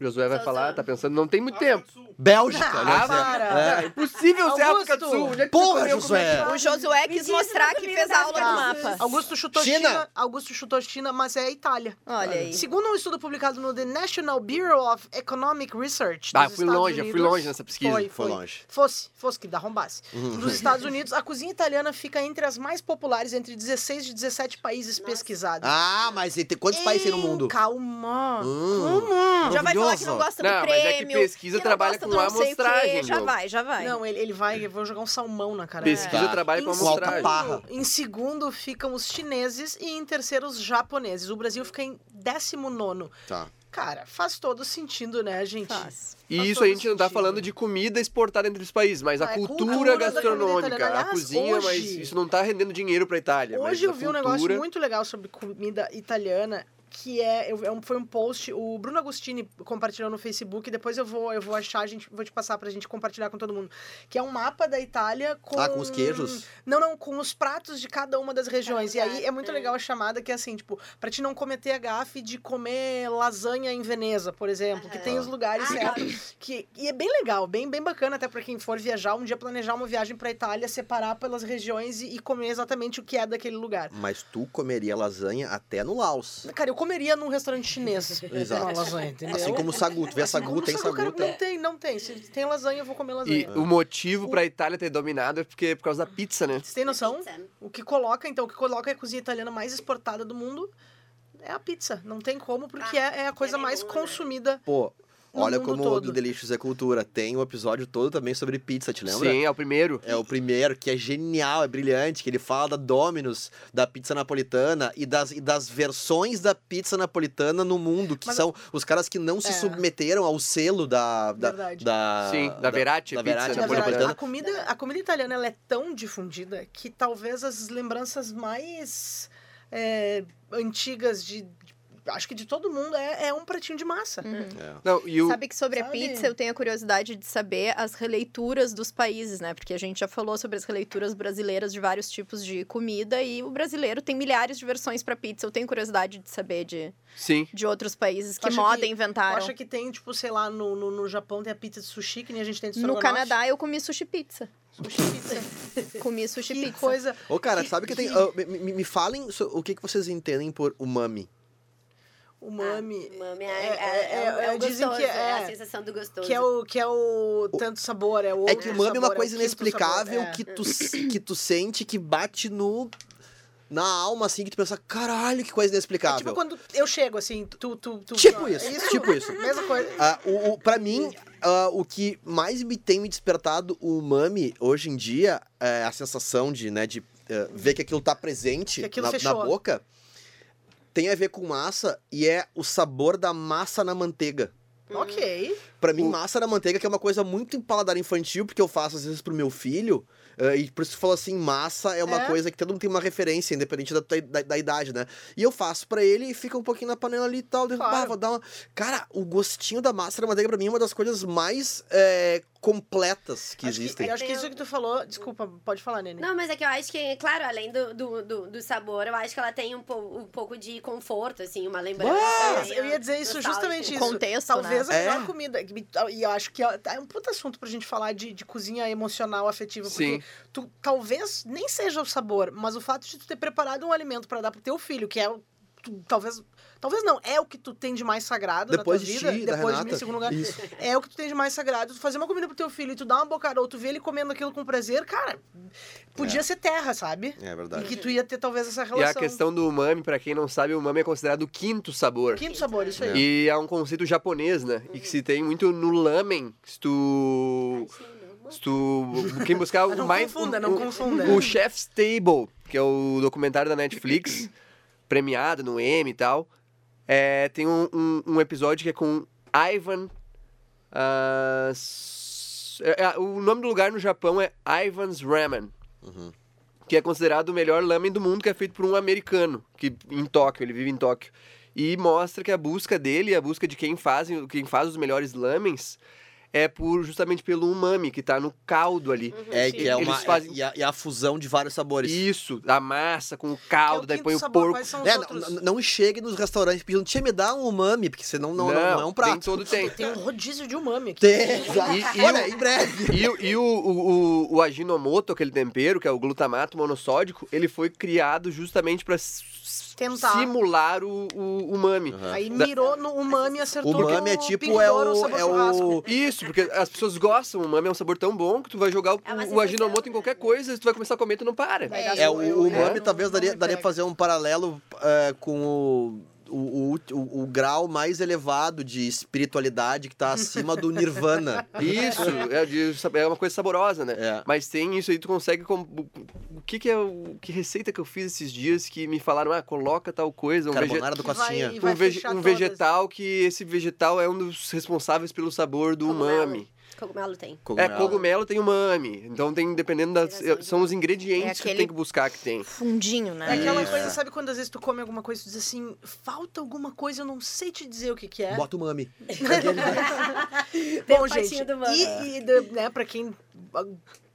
[SPEAKER 5] Josué vai
[SPEAKER 2] Só-
[SPEAKER 5] falar,
[SPEAKER 2] só-
[SPEAKER 5] tá pensando, não tem muito tempo.
[SPEAKER 3] Bélgica.
[SPEAKER 5] Ah,
[SPEAKER 3] olha só.
[SPEAKER 4] Para!
[SPEAKER 5] É impossível ser
[SPEAKER 4] Augusto.
[SPEAKER 5] África do Sul. Onde é que
[SPEAKER 3] Porra,
[SPEAKER 5] você comeu
[SPEAKER 3] Josué.
[SPEAKER 5] comida?
[SPEAKER 1] O Josué quis
[SPEAKER 2] Menino,
[SPEAKER 1] mostrar
[SPEAKER 2] no
[SPEAKER 1] que
[SPEAKER 2] primeiro
[SPEAKER 1] fez a aula
[SPEAKER 2] lugar,
[SPEAKER 1] do
[SPEAKER 2] cara.
[SPEAKER 1] mapa.
[SPEAKER 4] Augusto chutou
[SPEAKER 3] China.
[SPEAKER 4] China. Augusto chutou China, mas é a Itália.
[SPEAKER 1] Olha aí.
[SPEAKER 4] Segundo um estudo publicado no The National Bureau of Economic Research.
[SPEAKER 5] Ah,
[SPEAKER 4] dos
[SPEAKER 5] fui
[SPEAKER 4] Estados
[SPEAKER 5] longe, eu fui
[SPEAKER 4] Unidos,
[SPEAKER 5] longe nessa pesquisa.
[SPEAKER 4] Foi,
[SPEAKER 3] Foi
[SPEAKER 4] foi.
[SPEAKER 3] longe.
[SPEAKER 4] Fosse, fosse que dá arrombasse. Nos Estados Unidos, a cozinha italiana fica entre as mais populares entre 16 e 17 países pesquisados.
[SPEAKER 3] Ah, mas e tem- quantos países tem no mundo?
[SPEAKER 4] Calma.
[SPEAKER 3] Hum.
[SPEAKER 4] Calma.
[SPEAKER 1] Já vai falar que não
[SPEAKER 3] Orgulhosa.
[SPEAKER 1] gosta
[SPEAKER 5] Não,
[SPEAKER 1] do
[SPEAKER 5] mas é que
[SPEAKER 1] prêmio.
[SPEAKER 5] pesquisa
[SPEAKER 1] não
[SPEAKER 5] trabalha
[SPEAKER 1] gosta do
[SPEAKER 5] com
[SPEAKER 1] não sei o quê.
[SPEAKER 5] amostragem,
[SPEAKER 1] Já
[SPEAKER 5] Diogo.
[SPEAKER 1] vai, já vai. É.
[SPEAKER 4] Não, ele, ele vai, eu vou jogar um salmão na cara. dele.
[SPEAKER 5] Pesquisa
[SPEAKER 3] Tá.
[SPEAKER 5] trabalha com
[SPEAKER 4] Em
[SPEAKER 5] amostragem.
[SPEAKER 3] alcaparra.
[SPEAKER 4] segundo- Em segundo ficam os chineses e em terceiro os japoneses. O Brasil fica em 19.
[SPEAKER 3] Tá.
[SPEAKER 4] Cara, faz todo sentido, né, gente?
[SPEAKER 1] Faz.
[SPEAKER 5] E
[SPEAKER 4] Faz
[SPEAKER 5] isso
[SPEAKER 4] todo
[SPEAKER 5] a gente não tá
[SPEAKER 4] sentido.
[SPEAKER 5] falando de comida exportada entre os países, mas a
[SPEAKER 4] Ah, é
[SPEAKER 5] cultura,
[SPEAKER 4] cultura da comida
[SPEAKER 5] gastronômica,
[SPEAKER 4] italiana.
[SPEAKER 5] a
[SPEAKER 4] Aliás,
[SPEAKER 5] cozinha,
[SPEAKER 4] hoje-
[SPEAKER 5] mas isso não tá rendendo dinheiro pra Itália. mas
[SPEAKER 4] Hoje eu
[SPEAKER 5] a
[SPEAKER 4] vi um
[SPEAKER 5] cultura-
[SPEAKER 4] negócio muito legal sobre comida italiana. Que é, eu- é um- foi um post, o Bruno Agostini compartilhou no Facebook, depois eu vou, eu vou achar, a gente, vou te passar pra gente compartilhar com todo mundo. Que é um mapa da Itália com.
[SPEAKER 3] Ah, com os queijos?
[SPEAKER 4] Não, não, com os pratos de cada uma das regiões. E aí é muito
[SPEAKER 2] É.
[SPEAKER 4] legal a chamada que é assim, tipo, pra te não cometer a gafe de comer lasanha em Veneza, por exemplo, que tem os lugares
[SPEAKER 2] Ah,
[SPEAKER 4] certos. Que, e é bem legal, bem, bem bacana até pra quem for viajar, um dia planejar uma viagem pra Itália, separar pelas regiões e, e comer exatamente o que é daquele lugar.
[SPEAKER 3] Mas tu comeria lasanha até no Laos.
[SPEAKER 4] Cara, eu comeria num restaurante chinês
[SPEAKER 3] Exato.
[SPEAKER 4] uma lasanha, entendeu?
[SPEAKER 3] Assim como o sagu. Tu vê
[SPEAKER 4] Assim
[SPEAKER 3] sagu,
[SPEAKER 4] como
[SPEAKER 3] tem
[SPEAKER 4] sagu, cara,
[SPEAKER 3] sagu. tem-
[SPEAKER 4] Não tem, não tem. Se tem lasanha, eu vou comer
[SPEAKER 5] E
[SPEAKER 4] lasanha.
[SPEAKER 5] o motivo pra Itália ter dominado é porque é por causa da pizza, né?
[SPEAKER 4] Vocês têm noção?
[SPEAKER 2] Pizza.
[SPEAKER 4] O que coloca, então, o que coloca a cozinha italiana mais exportada do mundo é a pizza. Não tem como, porque
[SPEAKER 1] Ah,
[SPEAKER 4] é, é a coisa
[SPEAKER 2] bem
[SPEAKER 4] mais
[SPEAKER 2] boa, né?
[SPEAKER 4] consumida.
[SPEAKER 3] Pô,
[SPEAKER 4] No
[SPEAKER 3] olha
[SPEAKER 4] mundo
[SPEAKER 3] como o
[SPEAKER 4] todo.
[SPEAKER 3] The Delicious é cultura. Tem um episódio todo também sobre pizza, te lembra?
[SPEAKER 5] Sim, é o primeiro.
[SPEAKER 3] É o primeiro, que é genial, é brilhante, que ele fala da Domino's, da pizza napolitana e das, e das versões da pizza napolitana no mundo, que
[SPEAKER 4] Mas-
[SPEAKER 3] são os caras que não se
[SPEAKER 4] É.
[SPEAKER 3] submeteram ao selo da. da,
[SPEAKER 4] Verdade.
[SPEAKER 3] Ah, da
[SPEAKER 5] Sim, da Verati,
[SPEAKER 3] da
[SPEAKER 5] pizza né,
[SPEAKER 3] Verati
[SPEAKER 4] Na verdade,
[SPEAKER 3] napolitana.
[SPEAKER 4] a comida, a comida italiana ela é tão difundida que talvez as lembranças mais é, antigas de, de- Acho que de todo mundo é, é um pratinho de massa.
[SPEAKER 1] Uhum.
[SPEAKER 3] É.
[SPEAKER 5] Não, e o...
[SPEAKER 1] Sabe que sobre a
[SPEAKER 4] Sabe?
[SPEAKER 1] pizza eu tenho a curiosidade de saber as releituras dos países, né? Porque a gente já falou sobre as releituras brasileiras de vários tipos de comida e o brasileiro tem milhares de versões pra pizza. Eu tenho curiosidade de saber de,
[SPEAKER 5] Sim.
[SPEAKER 4] tipo,
[SPEAKER 1] de outros países
[SPEAKER 4] Tu
[SPEAKER 1] que
[SPEAKER 4] acha
[SPEAKER 1] moda
[SPEAKER 4] que- Tu
[SPEAKER 1] inventaram.
[SPEAKER 4] acha que tem, tipo, sei lá, no, no, no Japão tem a pizza de sushi, que nem a gente tem de
[SPEAKER 1] No
[SPEAKER 4] estrogonofe?
[SPEAKER 1] Canadá eu comi sushi pizza.
[SPEAKER 4] Sushi pizza.
[SPEAKER 1] Comi sushi
[SPEAKER 4] que
[SPEAKER 1] pizza.
[SPEAKER 4] coisa.
[SPEAKER 3] Ô, cara,
[SPEAKER 4] Que-
[SPEAKER 3] sabe que tem.
[SPEAKER 4] que-
[SPEAKER 3] ah, me, me- me falem so- o que, que vocês entendem por umami.
[SPEAKER 4] Umami.
[SPEAKER 2] Ah, umami
[SPEAKER 4] É,
[SPEAKER 2] é, é, é,
[SPEAKER 4] é,
[SPEAKER 2] é,
[SPEAKER 4] é,
[SPEAKER 2] o
[SPEAKER 4] dizem
[SPEAKER 2] gostoso,
[SPEAKER 4] que
[SPEAKER 2] é,
[SPEAKER 4] é-
[SPEAKER 2] a sensação do gostoso.
[SPEAKER 4] Que é o que é o tanto sabor, é o
[SPEAKER 3] É que
[SPEAKER 4] outro
[SPEAKER 3] umami é uma
[SPEAKER 4] sabor,
[SPEAKER 3] coisa
[SPEAKER 4] o quinto
[SPEAKER 3] inexplicável
[SPEAKER 4] sabor, é.
[SPEAKER 3] que, tu, que tu sente que bate no. Na alma, assim, que tu pensa, caralho, que coisa
[SPEAKER 4] É
[SPEAKER 3] inexplicável.
[SPEAKER 4] tipo quando eu chego assim, tu tu, tu
[SPEAKER 3] Tipo isso, tipo isso.
[SPEAKER 4] Mesma coisa.
[SPEAKER 3] Ah, o, o, pra mim, ah, o que mais me tem me despertado o umami hoje em dia é a sensação de, né, de eh, ver que aquilo tá presente
[SPEAKER 4] Que aquilo
[SPEAKER 3] na, na
[SPEAKER 4] fechou.
[SPEAKER 3] boca. Tem a ver com massa e é o sabor da massa na manteiga.
[SPEAKER 4] Ok.
[SPEAKER 3] Pra mim,
[SPEAKER 5] O-
[SPEAKER 3] massa na manteiga que é uma coisa muito em paladar infantil, porque eu faço às vezes pro meu filho. eh, e por isso que eu falo assim, massa é uma
[SPEAKER 4] É.
[SPEAKER 3] coisa que todo mundo tem uma referência, independente da, tua- da, da idade, né? E eu faço pra ele e fica um pouquinho na panela ali e tal. daí eu,
[SPEAKER 4] Claro.
[SPEAKER 3] "Bah, vou dar uma... Cara, o gostinho da massa na manteiga pra mim é uma das coisas mais eh, completas que
[SPEAKER 4] Acho
[SPEAKER 3] existem.
[SPEAKER 4] eu acho que é isso que tu falou. Desculpa, pode falar, Nene.
[SPEAKER 2] Não, mas é que eu acho que, claro, além do, do, do, do sabor, eu acho que ela tem um, po- um pouco de conforto, assim, uma lembrança.
[SPEAKER 4] Mas
[SPEAKER 2] né,
[SPEAKER 4] eu ia dizer isso,
[SPEAKER 2] nostálgica.
[SPEAKER 4] justamente isso.
[SPEAKER 1] Contexto,
[SPEAKER 4] Talvez
[SPEAKER 3] né?
[SPEAKER 4] a melhor
[SPEAKER 3] É.
[SPEAKER 4] comida. E eu acho que ó, é um puta assunto pra gente falar de, de cozinha emocional, afetiva. Porque
[SPEAKER 5] Sim.
[SPEAKER 4] tu, talvez nem seja o sabor, mas o fato de tu ter preparado um alimento pra dar pro teu filho, que é o. tu- talvez. Talvez não, é o que tu tem de mais sagrado
[SPEAKER 3] Depois
[SPEAKER 4] da
[SPEAKER 3] de
[SPEAKER 4] tua
[SPEAKER 3] ti,
[SPEAKER 4] vida.
[SPEAKER 3] da
[SPEAKER 4] depois de mim,
[SPEAKER 3] Renata.
[SPEAKER 4] em segundo lugar.
[SPEAKER 3] Isso.
[SPEAKER 4] É o que tu tem de mais sagrado. Tu fazer uma comida pro teu filho e tu dar uma bocada ou tu vê ele comendo aquilo com prazer, cara, podia ser terra, sabe?
[SPEAKER 3] É
[SPEAKER 4] E
[SPEAKER 3] verdade.
[SPEAKER 4] que tu ia ter talvez essa
[SPEAKER 5] E
[SPEAKER 4] relação.
[SPEAKER 5] a questão do umami, pra quem não sabe, o umami é considerado o quinto sabor.
[SPEAKER 4] Quinto sabor, isso aí.
[SPEAKER 5] E é um conceito japonês, né? E que se tem muito no lamen. Se tu. Se tu. Quem buscar o
[SPEAKER 4] Ah, Não
[SPEAKER 5] mais. um
[SPEAKER 4] confunda, não
[SPEAKER 5] o-
[SPEAKER 4] confunda.
[SPEAKER 5] O Chef's Table, que é o documentário da Netflix, premiado no M e tal, é, tem um, um- um episódio que é com Ivan. ah, s- é- é- o nome do lugar no Japão é Ivan's Ramen. Que é considerado o melhor lamen do mundo, que é feito por um americano, que em Tóquio, ele vive em Tóquio. E mostra que a busca dele, a busca de quem faz, quem faz os melhores lamens, é por justamente pelo umami, que tá no caldo ali.
[SPEAKER 2] Uhum.
[SPEAKER 3] É, que é
[SPEAKER 5] Eles
[SPEAKER 3] uma.
[SPEAKER 5] fazem-
[SPEAKER 3] E, a, e a fusão de vários sabores.
[SPEAKER 5] Isso, a massa com o
[SPEAKER 4] Que é
[SPEAKER 5] caldo, daí
[SPEAKER 4] quinto
[SPEAKER 5] põe o
[SPEAKER 4] sabor,
[SPEAKER 5] porco.
[SPEAKER 4] Quais são os
[SPEAKER 3] É,
[SPEAKER 4] outros?
[SPEAKER 3] não, não chegue nos restaurantes pedindo, tia, me dá um umami, porque senão não, não, não é um
[SPEAKER 5] Nem
[SPEAKER 3] prato.
[SPEAKER 5] todo tem.
[SPEAKER 4] Tem um rodízio de umami aqui.
[SPEAKER 3] Tem,
[SPEAKER 5] E- e
[SPEAKER 3] Olha, em breve.
[SPEAKER 5] E, o- e o, o, o, o aginomoto, aquele tempero, que é o glutamato monossódico, ele foi criado justamente pra s-
[SPEAKER 4] Tentar.
[SPEAKER 5] simular o, o umami.
[SPEAKER 4] Aí
[SPEAKER 5] Da-
[SPEAKER 4] mirou no umami e acertou
[SPEAKER 3] O mame
[SPEAKER 4] que
[SPEAKER 3] é
[SPEAKER 4] o
[SPEAKER 3] tipo, é
[SPEAKER 4] Pindouro
[SPEAKER 3] o,
[SPEAKER 4] sabor
[SPEAKER 3] é
[SPEAKER 4] churrasco.
[SPEAKER 3] o...
[SPEAKER 5] Isso, porque as pessoas gostam, o umami é um sabor tão bom que tu vai jogar o,
[SPEAKER 3] Ah,
[SPEAKER 2] É uma
[SPEAKER 5] o
[SPEAKER 2] sensação,
[SPEAKER 5] aginomoto em qualquer coisa, tu vai começar a comer e tu não para.
[SPEAKER 4] Vai dar
[SPEAKER 3] É, o, o
[SPEAKER 4] Eu- eu-
[SPEAKER 3] umami
[SPEAKER 4] eu-
[SPEAKER 3] talvez
[SPEAKER 4] não me
[SPEAKER 3] daria, daria pra
[SPEAKER 4] pega.
[SPEAKER 3] fazer um paralelo é, com o, o, o- o- o grau mais elevado de espiritualidade que tá acima do nirvana.
[SPEAKER 5] Isso, é, de- é uma coisa saborosa, né?
[SPEAKER 3] É.
[SPEAKER 5] Mas tem isso aí, tu consegue. com- O que, que é o. Que receita que eu fiz esses dias que me falaram, ah, coloca tal coisa, um, vege-
[SPEAKER 3] Carbonara do
[SPEAKER 4] Que vai-
[SPEAKER 3] Costinha.
[SPEAKER 4] E vai
[SPEAKER 5] um, vege-
[SPEAKER 4] fechar
[SPEAKER 5] um
[SPEAKER 4] todas.
[SPEAKER 5] vegetal que esse vegetal é um dos responsáveis pelo sabor do
[SPEAKER 2] Cogumelo.
[SPEAKER 5] umami.
[SPEAKER 2] Cogumelo tem.
[SPEAKER 5] É, cogumelo tem umami. Então tem, dependendo das. São os ingredientes
[SPEAKER 1] É
[SPEAKER 5] que
[SPEAKER 1] aquele-
[SPEAKER 5] tem que buscar que tem.
[SPEAKER 1] Fundinho, né?
[SPEAKER 4] É aquela
[SPEAKER 3] Isso.
[SPEAKER 4] coisa, sabe quando às vezes tu come alguma coisa e tu diz assim, falta alguma coisa, eu não sei te dizer o que que é.
[SPEAKER 3] Bota o mami.
[SPEAKER 2] Tem
[SPEAKER 4] Bom,
[SPEAKER 2] um potinho
[SPEAKER 4] gente,
[SPEAKER 2] do mano.
[SPEAKER 4] e, e de- né, pra quem ah,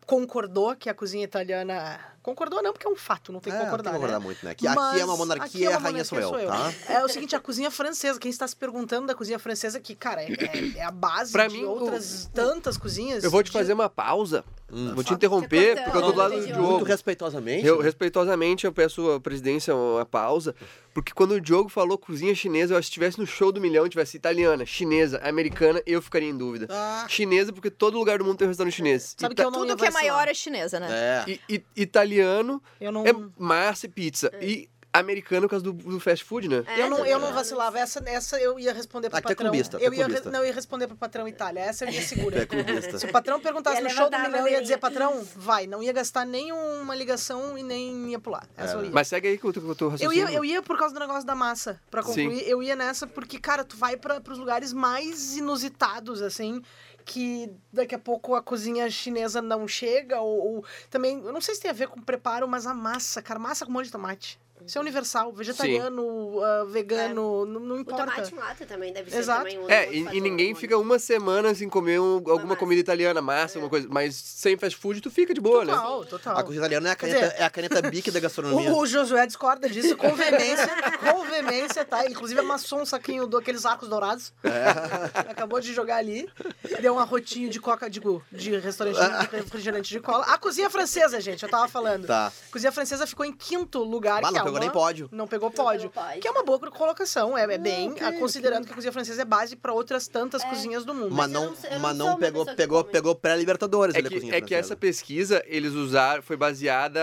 [SPEAKER 4] concordou que a cozinha italiana... Concordou não, porque é um fato, não tem que
[SPEAKER 3] É,
[SPEAKER 4] concordar,
[SPEAKER 3] tem que concordar
[SPEAKER 4] né?
[SPEAKER 3] muito, né? Que
[SPEAKER 4] Mas
[SPEAKER 3] aqui é uma
[SPEAKER 4] aqui
[SPEAKER 3] monarquia,
[SPEAKER 4] é
[SPEAKER 3] a
[SPEAKER 4] uma
[SPEAKER 3] rainha sou eu,
[SPEAKER 4] monarquia
[SPEAKER 3] tá?
[SPEAKER 4] É o seguinte, a cozinha francesa, quem está se perguntando da cozinha francesa, que, cara, é, é- é a base
[SPEAKER 5] Pra
[SPEAKER 4] de
[SPEAKER 5] mim, o-
[SPEAKER 4] outras tantas cozinhas.
[SPEAKER 5] Eu vou te
[SPEAKER 4] de-
[SPEAKER 5] fazer uma pausa.
[SPEAKER 3] Hum.
[SPEAKER 5] Vou te interromper,
[SPEAKER 2] Você
[SPEAKER 5] porque eu tô do
[SPEAKER 2] cortando,
[SPEAKER 5] lado
[SPEAKER 2] Diogo.
[SPEAKER 5] de
[SPEAKER 3] Muito né?
[SPEAKER 5] Diogo.
[SPEAKER 3] respeitosamente.
[SPEAKER 5] Eu, respeitosamente, eu peço à presidência uma pausa, porque quando o Diogo falou cozinha chinesa, eu acho que se estivesse no show do milhão, tivesse italiana, chinesa, americana, eu ficaria em dúvida.
[SPEAKER 3] Ah,
[SPEAKER 5] Chinesa, porque todo lugar do mundo tem um restaurante chinês.
[SPEAKER 4] Sabe
[SPEAKER 5] Ita-
[SPEAKER 4] que eu não ia
[SPEAKER 1] Tudo que é
[SPEAKER 4] vacilar.
[SPEAKER 1] maior é chinesa, né?
[SPEAKER 3] é.
[SPEAKER 5] i- i- italiano
[SPEAKER 4] Eu não...
[SPEAKER 5] é massa e pizza. E americano por causa do, do fast food, né?
[SPEAKER 2] É,
[SPEAKER 4] Eu não, eu não
[SPEAKER 2] é.
[SPEAKER 4] vacilava. Essa, essa eu ia responder pro
[SPEAKER 3] Ah, tu é
[SPEAKER 4] patrão.
[SPEAKER 3] clubista, tu é
[SPEAKER 4] eu ia, re-
[SPEAKER 3] clubista.
[SPEAKER 4] não, eu ia responder pro patrão Itália. Essa eu ia
[SPEAKER 3] Tu é
[SPEAKER 4] segura.
[SPEAKER 3] clubista.
[SPEAKER 4] Se o patrão perguntasse
[SPEAKER 2] Ia
[SPEAKER 4] no show do
[SPEAKER 2] levantar a
[SPEAKER 4] milhão, eu ia
[SPEAKER 2] bandeirinha.
[SPEAKER 4] dizer, patrão, vai. Não ia gastar nenhuma ligação e nem ia pular. Essa eu ia.
[SPEAKER 5] Mas segue aí que eu tô, que eu
[SPEAKER 4] É.
[SPEAKER 5] tô
[SPEAKER 4] eu
[SPEAKER 5] raciocínio.
[SPEAKER 4] ia, eu ia por causa do negócio da massa, pra concluir. Eu ia nessa porque, cara, tu vai pra, pros lugares mais inusitados, assim, que daqui a pouco a cozinha chinesa não chega, ou, ou também, eu não sei se tem a ver com preparo, mas a massa, cara, massa com molho de tomate. Isso é universal, vegetariano, ah, vegano, não, não
[SPEAKER 2] É. O
[SPEAKER 4] importa.
[SPEAKER 2] tomate em lata também deve ser
[SPEAKER 4] Exato.
[SPEAKER 2] também um
[SPEAKER 5] É,
[SPEAKER 2] outro
[SPEAKER 5] e,
[SPEAKER 2] fator,
[SPEAKER 5] e ninguém
[SPEAKER 2] um
[SPEAKER 5] fica uma semana sem comer um- alguma
[SPEAKER 2] massa.
[SPEAKER 5] comida italiana, massa, alguma coisa. Mas sem fast food, tu fica de boa, né?
[SPEAKER 4] Total, total.
[SPEAKER 3] A cozinha italiana é a
[SPEAKER 4] Quer
[SPEAKER 3] caneta, é a caneta bique da gastronomia.
[SPEAKER 4] O, o Josué discorda disso com veemência, com veemência, tá? Ele, Inclusive amassou um saquinho daqueles arcos dourados.
[SPEAKER 3] É.
[SPEAKER 4] Acabou de jogar ali. Deu um arrotinho de coca, digo, de restaurante de refrigerante de cola. A cozinha francesa, gente, eu tava falando.
[SPEAKER 3] Tá.
[SPEAKER 4] A cozinha francesa ficou em quinto lugar.
[SPEAKER 3] Mas não
[SPEAKER 4] que é
[SPEAKER 3] pegou
[SPEAKER 4] uma-
[SPEAKER 3] nem pódio.
[SPEAKER 4] Não pegou
[SPEAKER 2] pegou
[SPEAKER 4] pódio.
[SPEAKER 2] pódio.
[SPEAKER 4] Que é uma boa colocação, é, é bem, ah, considerando que a cozinha francesa é base pra outras tantas
[SPEAKER 1] É.
[SPEAKER 4] cozinhas do mundo.
[SPEAKER 3] Mas
[SPEAKER 2] eu
[SPEAKER 3] não,
[SPEAKER 2] não sou- eu não
[SPEAKER 3] mas
[SPEAKER 2] sou
[SPEAKER 3] não
[SPEAKER 2] uma
[SPEAKER 3] pegou,
[SPEAKER 2] pessoa que
[SPEAKER 3] pegou,
[SPEAKER 2] come.
[SPEAKER 3] pegou pré-libertadores
[SPEAKER 5] É
[SPEAKER 3] ali a
[SPEAKER 5] que,
[SPEAKER 3] cozinha
[SPEAKER 5] é que
[SPEAKER 3] francesa.
[SPEAKER 5] essa pesquisa, eles usaram, foi baseada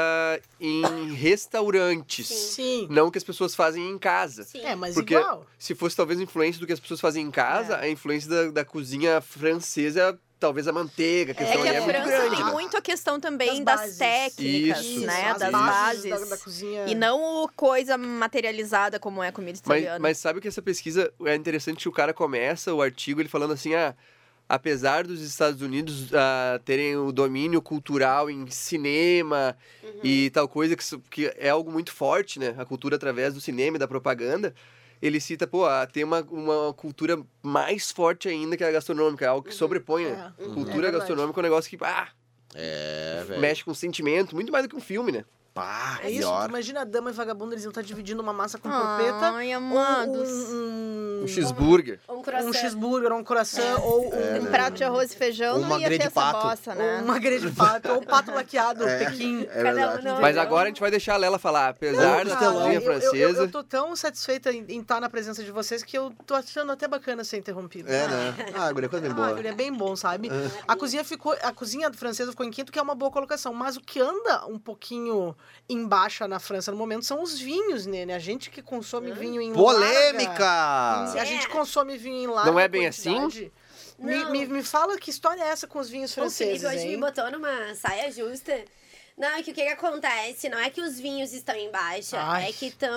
[SPEAKER 5] em restaurantes.
[SPEAKER 4] Sim.
[SPEAKER 5] Não que as pessoas fazem em casa.
[SPEAKER 2] Sim.
[SPEAKER 4] É, mas
[SPEAKER 5] Porque
[SPEAKER 4] igual.
[SPEAKER 5] se fosse talvez influência do que as pessoas fazem em casa, a influência da, da, da cozinha francesa, é talvez a manteiga, a
[SPEAKER 1] É
[SPEAKER 5] questão
[SPEAKER 1] que
[SPEAKER 5] ali
[SPEAKER 1] a
[SPEAKER 5] é muito
[SPEAKER 1] França
[SPEAKER 5] grande.
[SPEAKER 1] tem
[SPEAKER 5] né?
[SPEAKER 1] muito a questão também
[SPEAKER 4] Das
[SPEAKER 1] das,
[SPEAKER 4] bases.
[SPEAKER 1] técnicas,
[SPEAKER 5] Isso,
[SPEAKER 1] né?
[SPEAKER 5] as
[SPEAKER 1] das
[SPEAKER 5] bases
[SPEAKER 1] bases.
[SPEAKER 4] Da, da cozinha.
[SPEAKER 1] E não o coisa materializada como é a comida italiana.
[SPEAKER 5] Mas, mas sabe que essa pesquisa é interessante que o cara começa o artigo ele falando assim, ah, apesar dos Estados Unidos ah, terem o domínio cultural em cinema
[SPEAKER 4] Uhum.
[SPEAKER 5] e tal coisa, que, isso- que é algo muito forte, né? A cultura através do cinema e da propaganda. Ele cita, pô, ah, tem uma, uma cultura mais forte ainda que a gastronômica, é algo que sobrepõe. né?
[SPEAKER 4] É.
[SPEAKER 3] Uhum.
[SPEAKER 5] Cultura
[SPEAKER 4] É verdade.
[SPEAKER 5] gastronômica é um negócio que ah,
[SPEAKER 3] É, velho.
[SPEAKER 5] mexe com sentimento, muito mais do que um filme, né?
[SPEAKER 3] Pá,
[SPEAKER 4] É isso, tu
[SPEAKER 3] pior.
[SPEAKER 4] imagina a dama e vagabundo, eles iam estar dividindo uma massa com
[SPEAKER 3] Ah,
[SPEAKER 4] propeta.
[SPEAKER 1] Ai,
[SPEAKER 4] ou
[SPEAKER 1] amados.
[SPEAKER 4] um,
[SPEAKER 5] Um cheeseburger.
[SPEAKER 2] Um
[SPEAKER 4] um, um
[SPEAKER 2] croissant.
[SPEAKER 4] cheeseburger, ou um
[SPEAKER 3] É.
[SPEAKER 4] croissant, ou um,
[SPEAKER 3] né?
[SPEAKER 1] Um prato de arroz e feijão
[SPEAKER 3] Uma
[SPEAKER 1] não ia ter
[SPEAKER 3] grande
[SPEAKER 1] essa
[SPEAKER 3] pato.
[SPEAKER 1] bossa,
[SPEAKER 4] ou
[SPEAKER 1] né?
[SPEAKER 4] uma grande pato, ou um pato laqueado,
[SPEAKER 3] É.
[SPEAKER 4] pequim.
[SPEAKER 3] É
[SPEAKER 2] Cada
[SPEAKER 3] verdade.
[SPEAKER 2] um não.
[SPEAKER 4] Uhum.
[SPEAKER 5] Mas agora a gente vai deixar a Lela falar, apesar
[SPEAKER 3] Não,
[SPEAKER 5] da
[SPEAKER 3] cara,
[SPEAKER 5] cozinha
[SPEAKER 4] Ah, eu, eu-
[SPEAKER 5] francesa.
[SPEAKER 4] Eu, eu tô tão satisfeita em em estar na presença de vocês que eu tô achando até bacana ser interrompida.
[SPEAKER 3] É, né? Ah, guria, coisa bem
[SPEAKER 4] um Ah,
[SPEAKER 3] boa. É.
[SPEAKER 4] ele é bem bom, sabe? A cozinha ficou, a cozinha francesa ficou em quinto, que é uma boa colocação. Mas o que anda um pouquinho em baixa na França no momento são os vinhos, né? né? A gente que consome
[SPEAKER 3] É.
[SPEAKER 4] vinho em larga-
[SPEAKER 3] Polêmica!
[SPEAKER 4] A gente consome vinho em larga
[SPEAKER 5] Não é bem assim?
[SPEAKER 4] quantidade. Me,
[SPEAKER 2] É. Não.
[SPEAKER 4] me, me fala que história é essa com os vinhos
[SPEAKER 2] O Felipe
[SPEAKER 4] franceses,
[SPEAKER 2] hoje me
[SPEAKER 4] hein?
[SPEAKER 2] botou numa saia justa. Não, é que o que, que acontece? Não é que os vinhos estão em baixa,
[SPEAKER 4] Ai.
[SPEAKER 2] é que estão.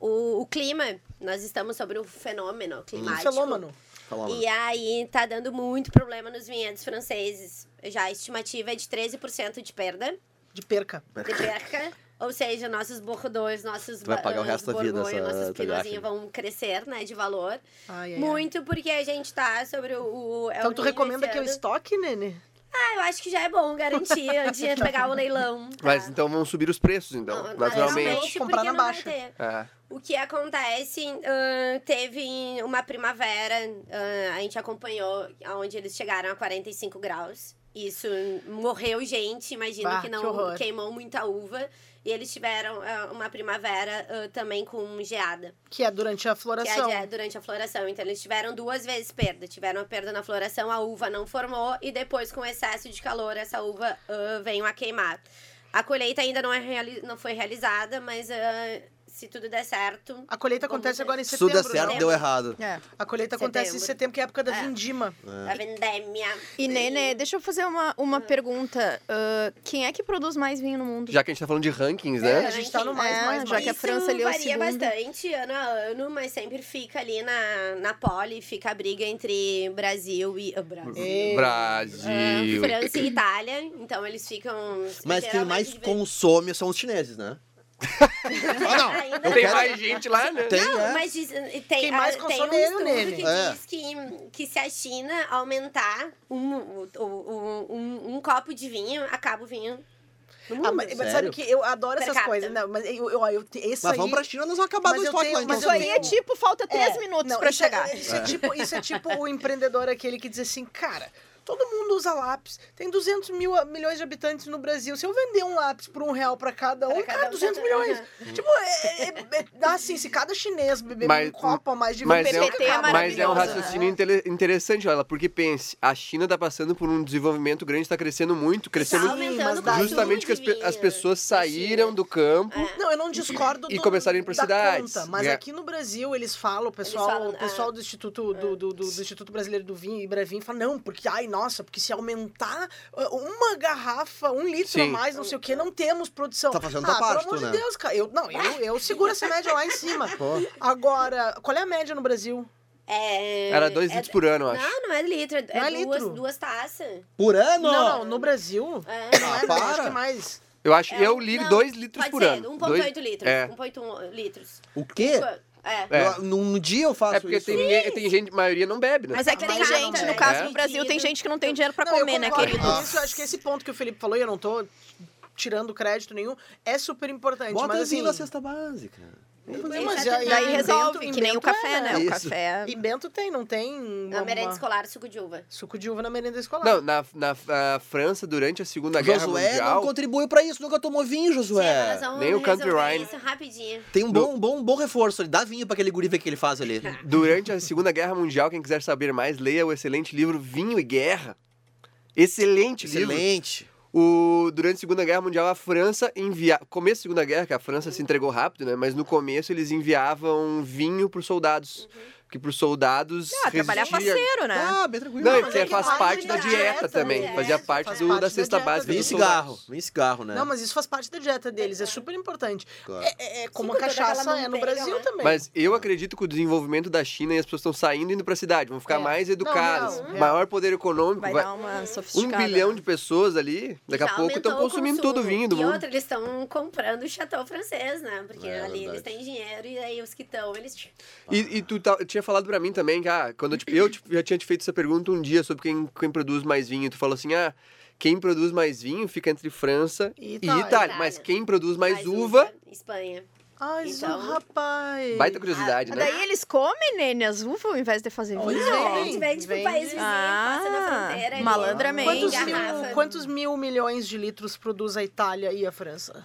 [SPEAKER 2] O, o clima, nós estamos sobre um
[SPEAKER 3] Hum.
[SPEAKER 2] fenômeno
[SPEAKER 4] Um
[SPEAKER 2] climático.
[SPEAKER 4] felômano.
[SPEAKER 3] Fala, mano.
[SPEAKER 2] E aí tá dando muito problema nos vinhedos franceses. Já a estimativa é de 13% de perda,
[SPEAKER 4] De perca.
[SPEAKER 2] de perca. Ou seja, nossos bordeaux, nossos
[SPEAKER 3] Tu vai
[SPEAKER 2] ba-
[SPEAKER 3] pagar o
[SPEAKER 2] os
[SPEAKER 3] resto da vida
[SPEAKER 2] borgonha,
[SPEAKER 3] essa
[SPEAKER 2] nossos
[SPEAKER 3] tua garrafa.
[SPEAKER 2] pinozinhos vão crescer, né, de valor.
[SPEAKER 4] Ai, ai, ai.
[SPEAKER 2] Muito porque a gente tá sobre o... o El
[SPEAKER 4] Então tu
[SPEAKER 2] Niño
[SPEAKER 4] recomenda
[SPEAKER 2] esse
[SPEAKER 4] que eu
[SPEAKER 2] ano.
[SPEAKER 4] estoque, Nene?
[SPEAKER 2] Ah, eu acho que já é bom garantir antes de pegar o leilão. tá? Ah, é,
[SPEAKER 5] Mas então vão subir os preços, então,
[SPEAKER 2] Não,
[SPEAKER 5] naturalmente.
[SPEAKER 2] porque
[SPEAKER 4] Comprar na
[SPEAKER 2] não vai
[SPEAKER 4] baixa.
[SPEAKER 2] ter.
[SPEAKER 5] É.
[SPEAKER 2] O que acontece, ahn, teve em uma primavera, ahn, a gente acompanhou onde eles chegaram a 45 graus. Isso morreu gente, imagino
[SPEAKER 4] Bah,
[SPEAKER 2] que
[SPEAKER 4] que
[SPEAKER 2] não
[SPEAKER 4] horror.
[SPEAKER 2] queimou muita uva. E eles tiveram ah, uma primavera ah, também com geada,
[SPEAKER 4] Que é durante a
[SPEAKER 2] que é
[SPEAKER 4] floração.
[SPEAKER 2] de- durante a floração. Então eles tiveram duas vezes perda. Tiveram a perda na floração, a uva não formou, e depois, com excesso de calor, essa uva ah, veio a queimar. A colheita ainda não, é reali- não foi realizada, mas ah, se tudo der certo,
[SPEAKER 4] A colheita acontece
[SPEAKER 2] Vamos ver.
[SPEAKER 4] agora em
[SPEAKER 3] Se
[SPEAKER 4] setembro,
[SPEAKER 3] tudo der certo,
[SPEAKER 4] né?
[SPEAKER 3] deu errado.
[SPEAKER 1] É.
[SPEAKER 4] A colheita acontece em
[SPEAKER 2] Setembro.
[SPEAKER 4] setembro, que é a época da
[SPEAKER 2] É.
[SPEAKER 4] vindima.
[SPEAKER 3] Ah.
[SPEAKER 2] A vendémia.
[SPEAKER 1] E Nenê, deixa eu fazer uma, uma pergunta. Ah, quem é que produz mais vinho no mundo?
[SPEAKER 5] Já que a gente tá falando de rankings,
[SPEAKER 4] a
[SPEAKER 5] né?
[SPEAKER 4] gente tá no mais,
[SPEAKER 1] É,
[SPEAKER 4] mais,
[SPEAKER 1] já
[SPEAKER 4] mais.
[SPEAKER 1] que a França ali é o
[SPEAKER 2] varia
[SPEAKER 1] segundo.
[SPEAKER 2] bastante ano a ano, mas sempre fica ali na, na pole, fica a briga entre Brasil e... ah, Brasil.
[SPEAKER 4] É.
[SPEAKER 5] Brasil.
[SPEAKER 2] Ah, França e Itália, então eles ficam...
[SPEAKER 3] Mas quem
[SPEAKER 2] geralmente
[SPEAKER 3] mais
[SPEAKER 2] de-
[SPEAKER 3] consome são os chineses, né? ah, não.
[SPEAKER 2] Ainda
[SPEAKER 3] Eu
[SPEAKER 5] Tem
[SPEAKER 3] quero-
[SPEAKER 5] mais gente lá, né?
[SPEAKER 3] Tem,
[SPEAKER 2] Não,
[SPEAKER 3] é.
[SPEAKER 2] mas diz- tem,
[SPEAKER 4] Quem mais
[SPEAKER 2] ah,
[SPEAKER 4] consome
[SPEAKER 2] tem um
[SPEAKER 4] é
[SPEAKER 2] estudo
[SPEAKER 4] ele.
[SPEAKER 2] que
[SPEAKER 3] É.
[SPEAKER 2] diz que, que se a China aumentar um, um, um- um copo de vinho, acaba o vinho no mundo. Tá
[SPEAKER 4] Ah, mas, mas sabe
[SPEAKER 3] Sério?
[SPEAKER 4] que eu adoro
[SPEAKER 2] Per
[SPEAKER 4] essas
[SPEAKER 2] capita.
[SPEAKER 4] coisas. Não, mas eu, eu, eu- esse
[SPEAKER 3] Mas
[SPEAKER 4] aí...
[SPEAKER 3] vamos pra China, nós vamos acabar
[SPEAKER 4] Mas
[SPEAKER 3] do
[SPEAKER 4] eu
[SPEAKER 3] estoque
[SPEAKER 4] tenho-
[SPEAKER 3] lá, então.
[SPEAKER 4] mas
[SPEAKER 1] Isso
[SPEAKER 4] eu
[SPEAKER 3] também.
[SPEAKER 1] aí é tipo, falta três
[SPEAKER 4] É.
[SPEAKER 1] minutos
[SPEAKER 4] Não,
[SPEAKER 1] pra
[SPEAKER 4] isso é-
[SPEAKER 1] chegar.
[SPEAKER 4] isso, é tipo, isso é tipo o empreendedor aquele que diz assim, cara, todo mundo usa lápis. Tem 200 mil, milhões de habitantes no Brasil. Se eu vender um lápis por um real pra cada um,
[SPEAKER 2] cada
[SPEAKER 4] cara,
[SPEAKER 2] um,
[SPEAKER 4] 200
[SPEAKER 2] tá-
[SPEAKER 4] milhões. Tipo, é, é- é- dá assim, se cada chinês beber
[SPEAKER 5] Mas-
[SPEAKER 4] um copo a mais de
[SPEAKER 5] Mas
[SPEAKER 4] vinho,
[SPEAKER 5] é, um,
[SPEAKER 1] PPT é
[SPEAKER 4] acaba.
[SPEAKER 5] mas é um
[SPEAKER 1] maravilhoso,
[SPEAKER 2] né?
[SPEAKER 5] raciocínio intele- interessante, olha, porque pense, a China tá passando por um desenvolvimento grande, tá crescendo muito,
[SPEAKER 4] é
[SPEAKER 5] crescendo
[SPEAKER 2] aumentando
[SPEAKER 4] mas
[SPEAKER 2] o
[SPEAKER 4] dá-
[SPEAKER 2] consumo
[SPEAKER 5] justamente
[SPEAKER 2] de
[SPEAKER 5] que as, pe-
[SPEAKER 2] vinho
[SPEAKER 5] as pessoas
[SPEAKER 2] na China.
[SPEAKER 5] saíram do campo.
[SPEAKER 2] É.
[SPEAKER 4] Não, eu não discordo
[SPEAKER 5] E
[SPEAKER 4] do,
[SPEAKER 5] começaram a ir pra
[SPEAKER 4] da
[SPEAKER 5] cidades.
[SPEAKER 4] conta, mas
[SPEAKER 3] né?
[SPEAKER 5] É.
[SPEAKER 4] aqui no Brasil eles falam, o pessoal,
[SPEAKER 2] falam,
[SPEAKER 1] é.
[SPEAKER 4] o pessoal do Instituto do, do, do- do Instituto Brasileiro do Vinho e Brevin fala não, porque ai nossa, porque se aumentar uh, uma garrafa, um litro
[SPEAKER 5] Sim.
[SPEAKER 4] a mais, não sei o que, não temos produção.
[SPEAKER 3] Tá fazendo
[SPEAKER 4] ah,
[SPEAKER 3] tua parte,
[SPEAKER 4] pelo
[SPEAKER 3] tu,
[SPEAKER 4] amor
[SPEAKER 3] né?
[SPEAKER 4] de Deus, cara, eu não, eu, eu seguro essa média lá em cima.
[SPEAKER 3] Pô.
[SPEAKER 4] Agora, qual é a média no Brasil?
[SPEAKER 2] É,
[SPEAKER 5] Era dois
[SPEAKER 2] é-
[SPEAKER 5] litros por ano, eu acho.
[SPEAKER 2] Não, não é litro, é,
[SPEAKER 4] Não é
[SPEAKER 2] duas,
[SPEAKER 4] litro.
[SPEAKER 2] duas taças.
[SPEAKER 3] Por ano?
[SPEAKER 4] Não, não, no Brasil.
[SPEAKER 2] É.
[SPEAKER 4] Não
[SPEAKER 3] Ah,
[SPEAKER 4] é, não, acho
[SPEAKER 3] para.
[SPEAKER 4] que é mais.
[SPEAKER 5] Eu acho,
[SPEAKER 2] É,
[SPEAKER 5] eu li
[SPEAKER 2] não,
[SPEAKER 5] 2 litros
[SPEAKER 2] Pode
[SPEAKER 5] por
[SPEAKER 2] ser,
[SPEAKER 5] ano.
[SPEAKER 2] 1,8
[SPEAKER 5] Dois-
[SPEAKER 2] litros.
[SPEAKER 5] É.
[SPEAKER 2] 1,1 litros.
[SPEAKER 3] O quê?
[SPEAKER 2] É.
[SPEAKER 5] É.
[SPEAKER 3] Eu- num dia eu faço
[SPEAKER 5] É porque
[SPEAKER 3] isso.
[SPEAKER 5] tem, ninguém- tem gente, a maioria não bebe, né?
[SPEAKER 1] Mas é que
[SPEAKER 2] Mas
[SPEAKER 1] tem
[SPEAKER 2] já não
[SPEAKER 1] gente,
[SPEAKER 2] é.
[SPEAKER 1] no caso
[SPEAKER 5] É.
[SPEAKER 1] no Brasil, tem gente que não tem dinheiro pra
[SPEAKER 4] Não, eu
[SPEAKER 1] comer, né,
[SPEAKER 4] concordo
[SPEAKER 1] querido?
[SPEAKER 4] com Isso, eu acho que esse ponto que o Felipe falou, e eu não tô tirando crédito nenhum, é super importante.
[SPEAKER 3] Bota
[SPEAKER 4] mas,
[SPEAKER 3] assim
[SPEAKER 4] assim,
[SPEAKER 3] na cesta básica. Vamos fazer
[SPEAKER 2] Mas
[SPEAKER 3] isso.
[SPEAKER 2] já- tá
[SPEAKER 4] aí-
[SPEAKER 1] Daí
[SPEAKER 4] em
[SPEAKER 1] resolve,
[SPEAKER 4] Bento- em
[SPEAKER 1] que nem o
[SPEAKER 4] Bento
[SPEAKER 1] café,
[SPEAKER 4] é,
[SPEAKER 1] né? O
[SPEAKER 3] Isso.
[SPEAKER 1] café.
[SPEAKER 4] Em Bento tem, não tem uma,
[SPEAKER 2] Na merenda
[SPEAKER 4] uma-
[SPEAKER 2] escolar, suco de uva.
[SPEAKER 4] suco de uva na merenda escolar.
[SPEAKER 5] Não, né? na, na, na França, durante a Segunda Guerra
[SPEAKER 3] Josué não
[SPEAKER 5] Mundial,
[SPEAKER 3] contribuiu pra isso, nunca tomou vinho,
[SPEAKER 2] Sim,
[SPEAKER 3] Josué.
[SPEAKER 2] elas vão
[SPEAKER 5] nem o Country
[SPEAKER 2] resolver
[SPEAKER 5] Wine.
[SPEAKER 2] Isso rapidinho.
[SPEAKER 3] Tem um bom, bom, bom reforço ali. Dá vinho pra aquele guri ver o que ele faz ali.
[SPEAKER 5] Durante a Segunda Guerra Mundial, quem quiser saber mais, leia o excelente livro Vinho e Guerra. Excelente, livro.
[SPEAKER 3] Excelente.
[SPEAKER 5] O, durante a Segunda Guerra Mundial, a França enviava. Começo da Segunda Guerra, que a França se entregou rápido, né? Mas no começo eles enviavam vinho para os soldados. Porque pros soldados.
[SPEAKER 1] Ah, trabalhar
[SPEAKER 5] resistir a-
[SPEAKER 1] parceiro, né?
[SPEAKER 3] Ah, bem tranquilo.
[SPEAKER 5] Não,
[SPEAKER 4] mas
[SPEAKER 5] porque
[SPEAKER 4] é que
[SPEAKER 5] faz
[SPEAKER 4] faz
[SPEAKER 5] parte da
[SPEAKER 4] da
[SPEAKER 5] dieta,
[SPEAKER 4] dieta,
[SPEAKER 5] também.
[SPEAKER 2] né?
[SPEAKER 5] Fazia parte
[SPEAKER 4] Faz
[SPEAKER 5] do-
[SPEAKER 4] parte
[SPEAKER 5] da
[SPEAKER 4] da
[SPEAKER 5] cesta
[SPEAKER 4] dieta
[SPEAKER 5] básica.
[SPEAKER 3] vem
[SPEAKER 5] dos
[SPEAKER 3] cigarro,
[SPEAKER 5] soldados.
[SPEAKER 3] vem cigarro, né?
[SPEAKER 4] Não, mas isso faz parte da dieta deles, é super importante.
[SPEAKER 3] Claro.
[SPEAKER 4] É, é- é como
[SPEAKER 2] Sim,
[SPEAKER 4] a
[SPEAKER 2] com toda
[SPEAKER 4] cachaça
[SPEAKER 2] aquela
[SPEAKER 4] é no
[SPEAKER 2] manteiga,
[SPEAKER 4] Brasil
[SPEAKER 2] né?
[SPEAKER 4] também.
[SPEAKER 5] Mas eu acredito que o desenvolvimento da China e as pessoas estão saindo e indo pra cidade, vão ficar
[SPEAKER 4] É.
[SPEAKER 5] mais
[SPEAKER 4] Não,
[SPEAKER 5] educadas,
[SPEAKER 4] real, real.
[SPEAKER 5] maior poder econômico.
[SPEAKER 1] Vai,
[SPEAKER 5] vai-
[SPEAKER 1] dar uma
[SPEAKER 5] Um
[SPEAKER 1] sofisticada.
[SPEAKER 5] bilhão de pessoas ali, daqui a
[SPEAKER 2] Já
[SPEAKER 5] pouco estão
[SPEAKER 2] aumentou o
[SPEAKER 5] consumindo
[SPEAKER 2] consumo.
[SPEAKER 5] todo o vinho do
[SPEAKER 2] e
[SPEAKER 5] mundo.
[SPEAKER 2] outra, eles estão comprando o chateau francês, né? Porque
[SPEAKER 3] É,
[SPEAKER 2] ali
[SPEAKER 3] verdade.
[SPEAKER 2] eles têm dinheiro e aí os que estão, eles.
[SPEAKER 5] E, e tu ta- tinha falado pra mim também que, ah, quando eu, te- eu te- já tinha te feito essa pergunta um dia sobre quem, quem produz mais vinho, e tu falou assim, ah, quem produz mais vinho fica entre França
[SPEAKER 4] E
[SPEAKER 5] e Itália,
[SPEAKER 4] Itália.
[SPEAKER 5] mas quem produz mais,
[SPEAKER 2] Mas
[SPEAKER 5] uva,
[SPEAKER 2] um Espanha.
[SPEAKER 4] Ai,
[SPEAKER 2] Então-
[SPEAKER 4] Zu, rapaz.
[SPEAKER 5] baita curiosidade,
[SPEAKER 2] Ah,
[SPEAKER 1] Mas
[SPEAKER 5] né?
[SPEAKER 1] Ah, Daí eles comem, né, as uvas ao invés de fazer
[SPEAKER 4] Olha,
[SPEAKER 1] vinho.
[SPEAKER 2] Não,
[SPEAKER 4] Vende,
[SPEAKER 2] vende, vende pro
[SPEAKER 4] vende.
[SPEAKER 2] país vizinho, passa na
[SPEAKER 1] Ah,
[SPEAKER 2] fronteira. ali,
[SPEAKER 1] malandramente.
[SPEAKER 4] Quantos
[SPEAKER 2] em garrafa. né?
[SPEAKER 4] mil, quantos mil milhões de litros produz a Itália e a França?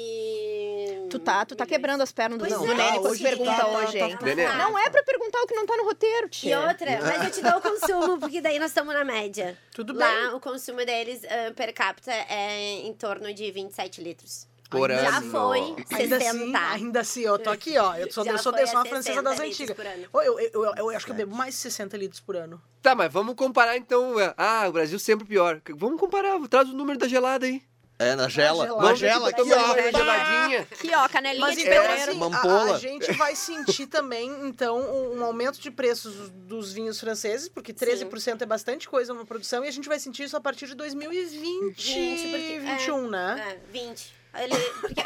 [SPEAKER 2] Ele...
[SPEAKER 1] Tu tá, tu tá quebrando as pernas do,
[SPEAKER 2] Pois
[SPEAKER 1] do
[SPEAKER 2] é,
[SPEAKER 1] Nene com
[SPEAKER 3] hoje
[SPEAKER 1] as perguntas
[SPEAKER 3] tá-
[SPEAKER 1] hoje, hein?
[SPEAKER 5] Nene. tá-
[SPEAKER 1] Não é pra perguntar o que não tá no roteiro,
[SPEAKER 2] E
[SPEAKER 1] tia.
[SPEAKER 2] outra, mas eu te dou o consumo, porque daí nós estamos na média.
[SPEAKER 4] Tudo bem.
[SPEAKER 2] Lá, o consumo deles ah, per capita é em torno de 27 litros.
[SPEAKER 5] por
[SPEAKER 4] ainda
[SPEAKER 2] Já
[SPEAKER 5] ano.
[SPEAKER 2] foi
[SPEAKER 5] Ah,
[SPEAKER 4] Ainda assim,
[SPEAKER 2] 60.
[SPEAKER 4] ainda assim, eu tô aqui, ó. Eu sou,
[SPEAKER 2] Já
[SPEAKER 4] eu sou,
[SPEAKER 2] foi
[SPEAKER 4] eu sou
[SPEAKER 2] a
[SPEAKER 4] uma francesa
[SPEAKER 2] 60
[SPEAKER 4] das
[SPEAKER 2] litros
[SPEAKER 4] antigas.
[SPEAKER 2] por ano.
[SPEAKER 4] Ô, Eu, eu, eu, eu acho que eu bebo mais de 60 litros por ano.
[SPEAKER 5] Tá, mas vamos comparar então, é, ah, o Brasil sempre pior. Vamos comparar, traz o número da gelada aí.
[SPEAKER 3] É, na gela.
[SPEAKER 4] gelada.
[SPEAKER 3] Na
[SPEAKER 5] Vamos
[SPEAKER 3] gela
[SPEAKER 5] ver se
[SPEAKER 3] aqui,
[SPEAKER 5] tu toma uma
[SPEAKER 3] ó.
[SPEAKER 5] geladinha.
[SPEAKER 1] Aqui, ó, canelinha
[SPEAKER 4] Mas
[SPEAKER 1] de
[SPEAKER 4] então,
[SPEAKER 1] pedreiro.
[SPEAKER 4] assim, a- a,
[SPEAKER 3] Mampola.
[SPEAKER 4] gente vai sentir também, então, um, um aumento de preços dos vinhos franceses, porque 13% é bastante coisa numa produção, e a gente vai sentir isso a partir de 2020,
[SPEAKER 2] Gente, porque-
[SPEAKER 4] 21, né?
[SPEAKER 2] É, 20. Ele- porque,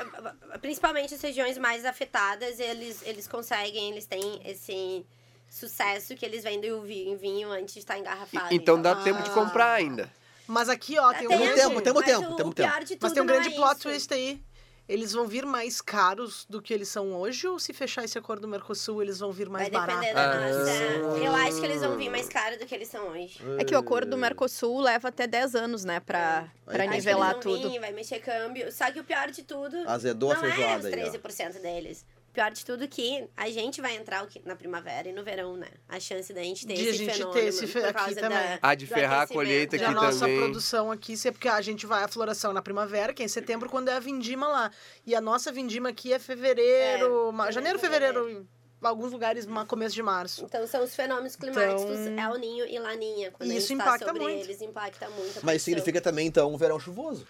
[SPEAKER 2] principalmente as regiões mais afetadas, eles, eles conseguem, eles têm esse sucesso que eles vendem o vinho, vinho antes de estar engarrafado.
[SPEAKER 5] E- Então dá tempo de
[SPEAKER 4] Ah.
[SPEAKER 5] comprar ainda.
[SPEAKER 4] Mas aqui, ó, tem um
[SPEAKER 3] Temos
[SPEAKER 4] grande-
[SPEAKER 3] tempo, temos
[SPEAKER 2] mas
[SPEAKER 3] tempo,
[SPEAKER 2] o-
[SPEAKER 3] temos
[SPEAKER 2] o pior
[SPEAKER 3] tempo.
[SPEAKER 2] de
[SPEAKER 4] Mas
[SPEAKER 2] assim, tudo
[SPEAKER 4] tem um
[SPEAKER 2] não
[SPEAKER 4] grande
[SPEAKER 2] é
[SPEAKER 4] plot
[SPEAKER 2] isso.
[SPEAKER 4] twist aí. Eles vão vir mais caros do que eles são hoje ou se fechar esse acordo do Mercosul, eles vão vir mais
[SPEAKER 2] Vai depender
[SPEAKER 4] baratos?
[SPEAKER 2] da
[SPEAKER 5] Ah.
[SPEAKER 2] nossa. Eu acho que eles vão vir mais caro do que eles são hoje.
[SPEAKER 1] É que o acordo do Mercosul leva até 10 anos, né,
[SPEAKER 3] Aí
[SPEAKER 1] pra, pra
[SPEAKER 3] tem
[SPEAKER 2] Acho que eles
[SPEAKER 1] nivelar
[SPEAKER 2] vão
[SPEAKER 1] tudo.
[SPEAKER 2] Vir, vai mexer câmbio. Só que o pior de tudo.
[SPEAKER 3] Azedou a
[SPEAKER 2] não é os
[SPEAKER 3] feijoada aí, ó.
[SPEAKER 2] 13% deles. O pior de tudo é que a gente vai entrar o que- na primavera e no verão, né? A chance da gente ter
[SPEAKER 4] De a
[SPEAKER 2] esse
[SPEAKER 4] gente ter
[SPEAKER 2] fenômeno.
[SPEAKER 4] esse fe-
[SPEAKER 2] por
[SPEAKER 4] aqui
[SPEAKER 2] causa
[SPEAKER 4] também.
[SPEAKER 2] da,
[SPEAKER 5] Ah, de
[SPEAKER 2] do
[SPEAKER 5] ferrar a
[SPEAKER 2] aquecimento.
[SPEAKER 5] colheita
[SPEAKER 4] Já
[SPEAKER 5] aqui
[SPEAKER 4] a nossa
[SPEAKER 5] também.
[SPEAKER 4] produção aqui, se- é porque a gente vai à floração na primavera, que é em setembro, quando é a vindima lá. E a nossa vindima aqui é fevereiro,
[SPEAKER 2] É,
[SPEAKER 4] ma- janeiro,
[SPEAKER 2] janeiro,
[SPEAKER 4] fevereiro, em alguns lugares, ma- começo de março.
[SPEAKER 2] Então são os fenômenos climáticos,
[SPEAKER 4] Então-
[SPEAKER 2] El Ninho e Laninha. Quando
[SPEAKER 4] E
[SPEAKER 2] a gente
[SPEAKER 4] isso
[SPEAKER 2] tá
[SPEAKER 4] impacta
[SPEAKER 2] sobre
[SPEAKER 4] muito.
[SPEAKER 2] eles, impacta muito. a
[SPEAKER 3] Mas
[SPEAKER 2] produção.
[SPEAKER 3] significa também, então, um verão chuvoso.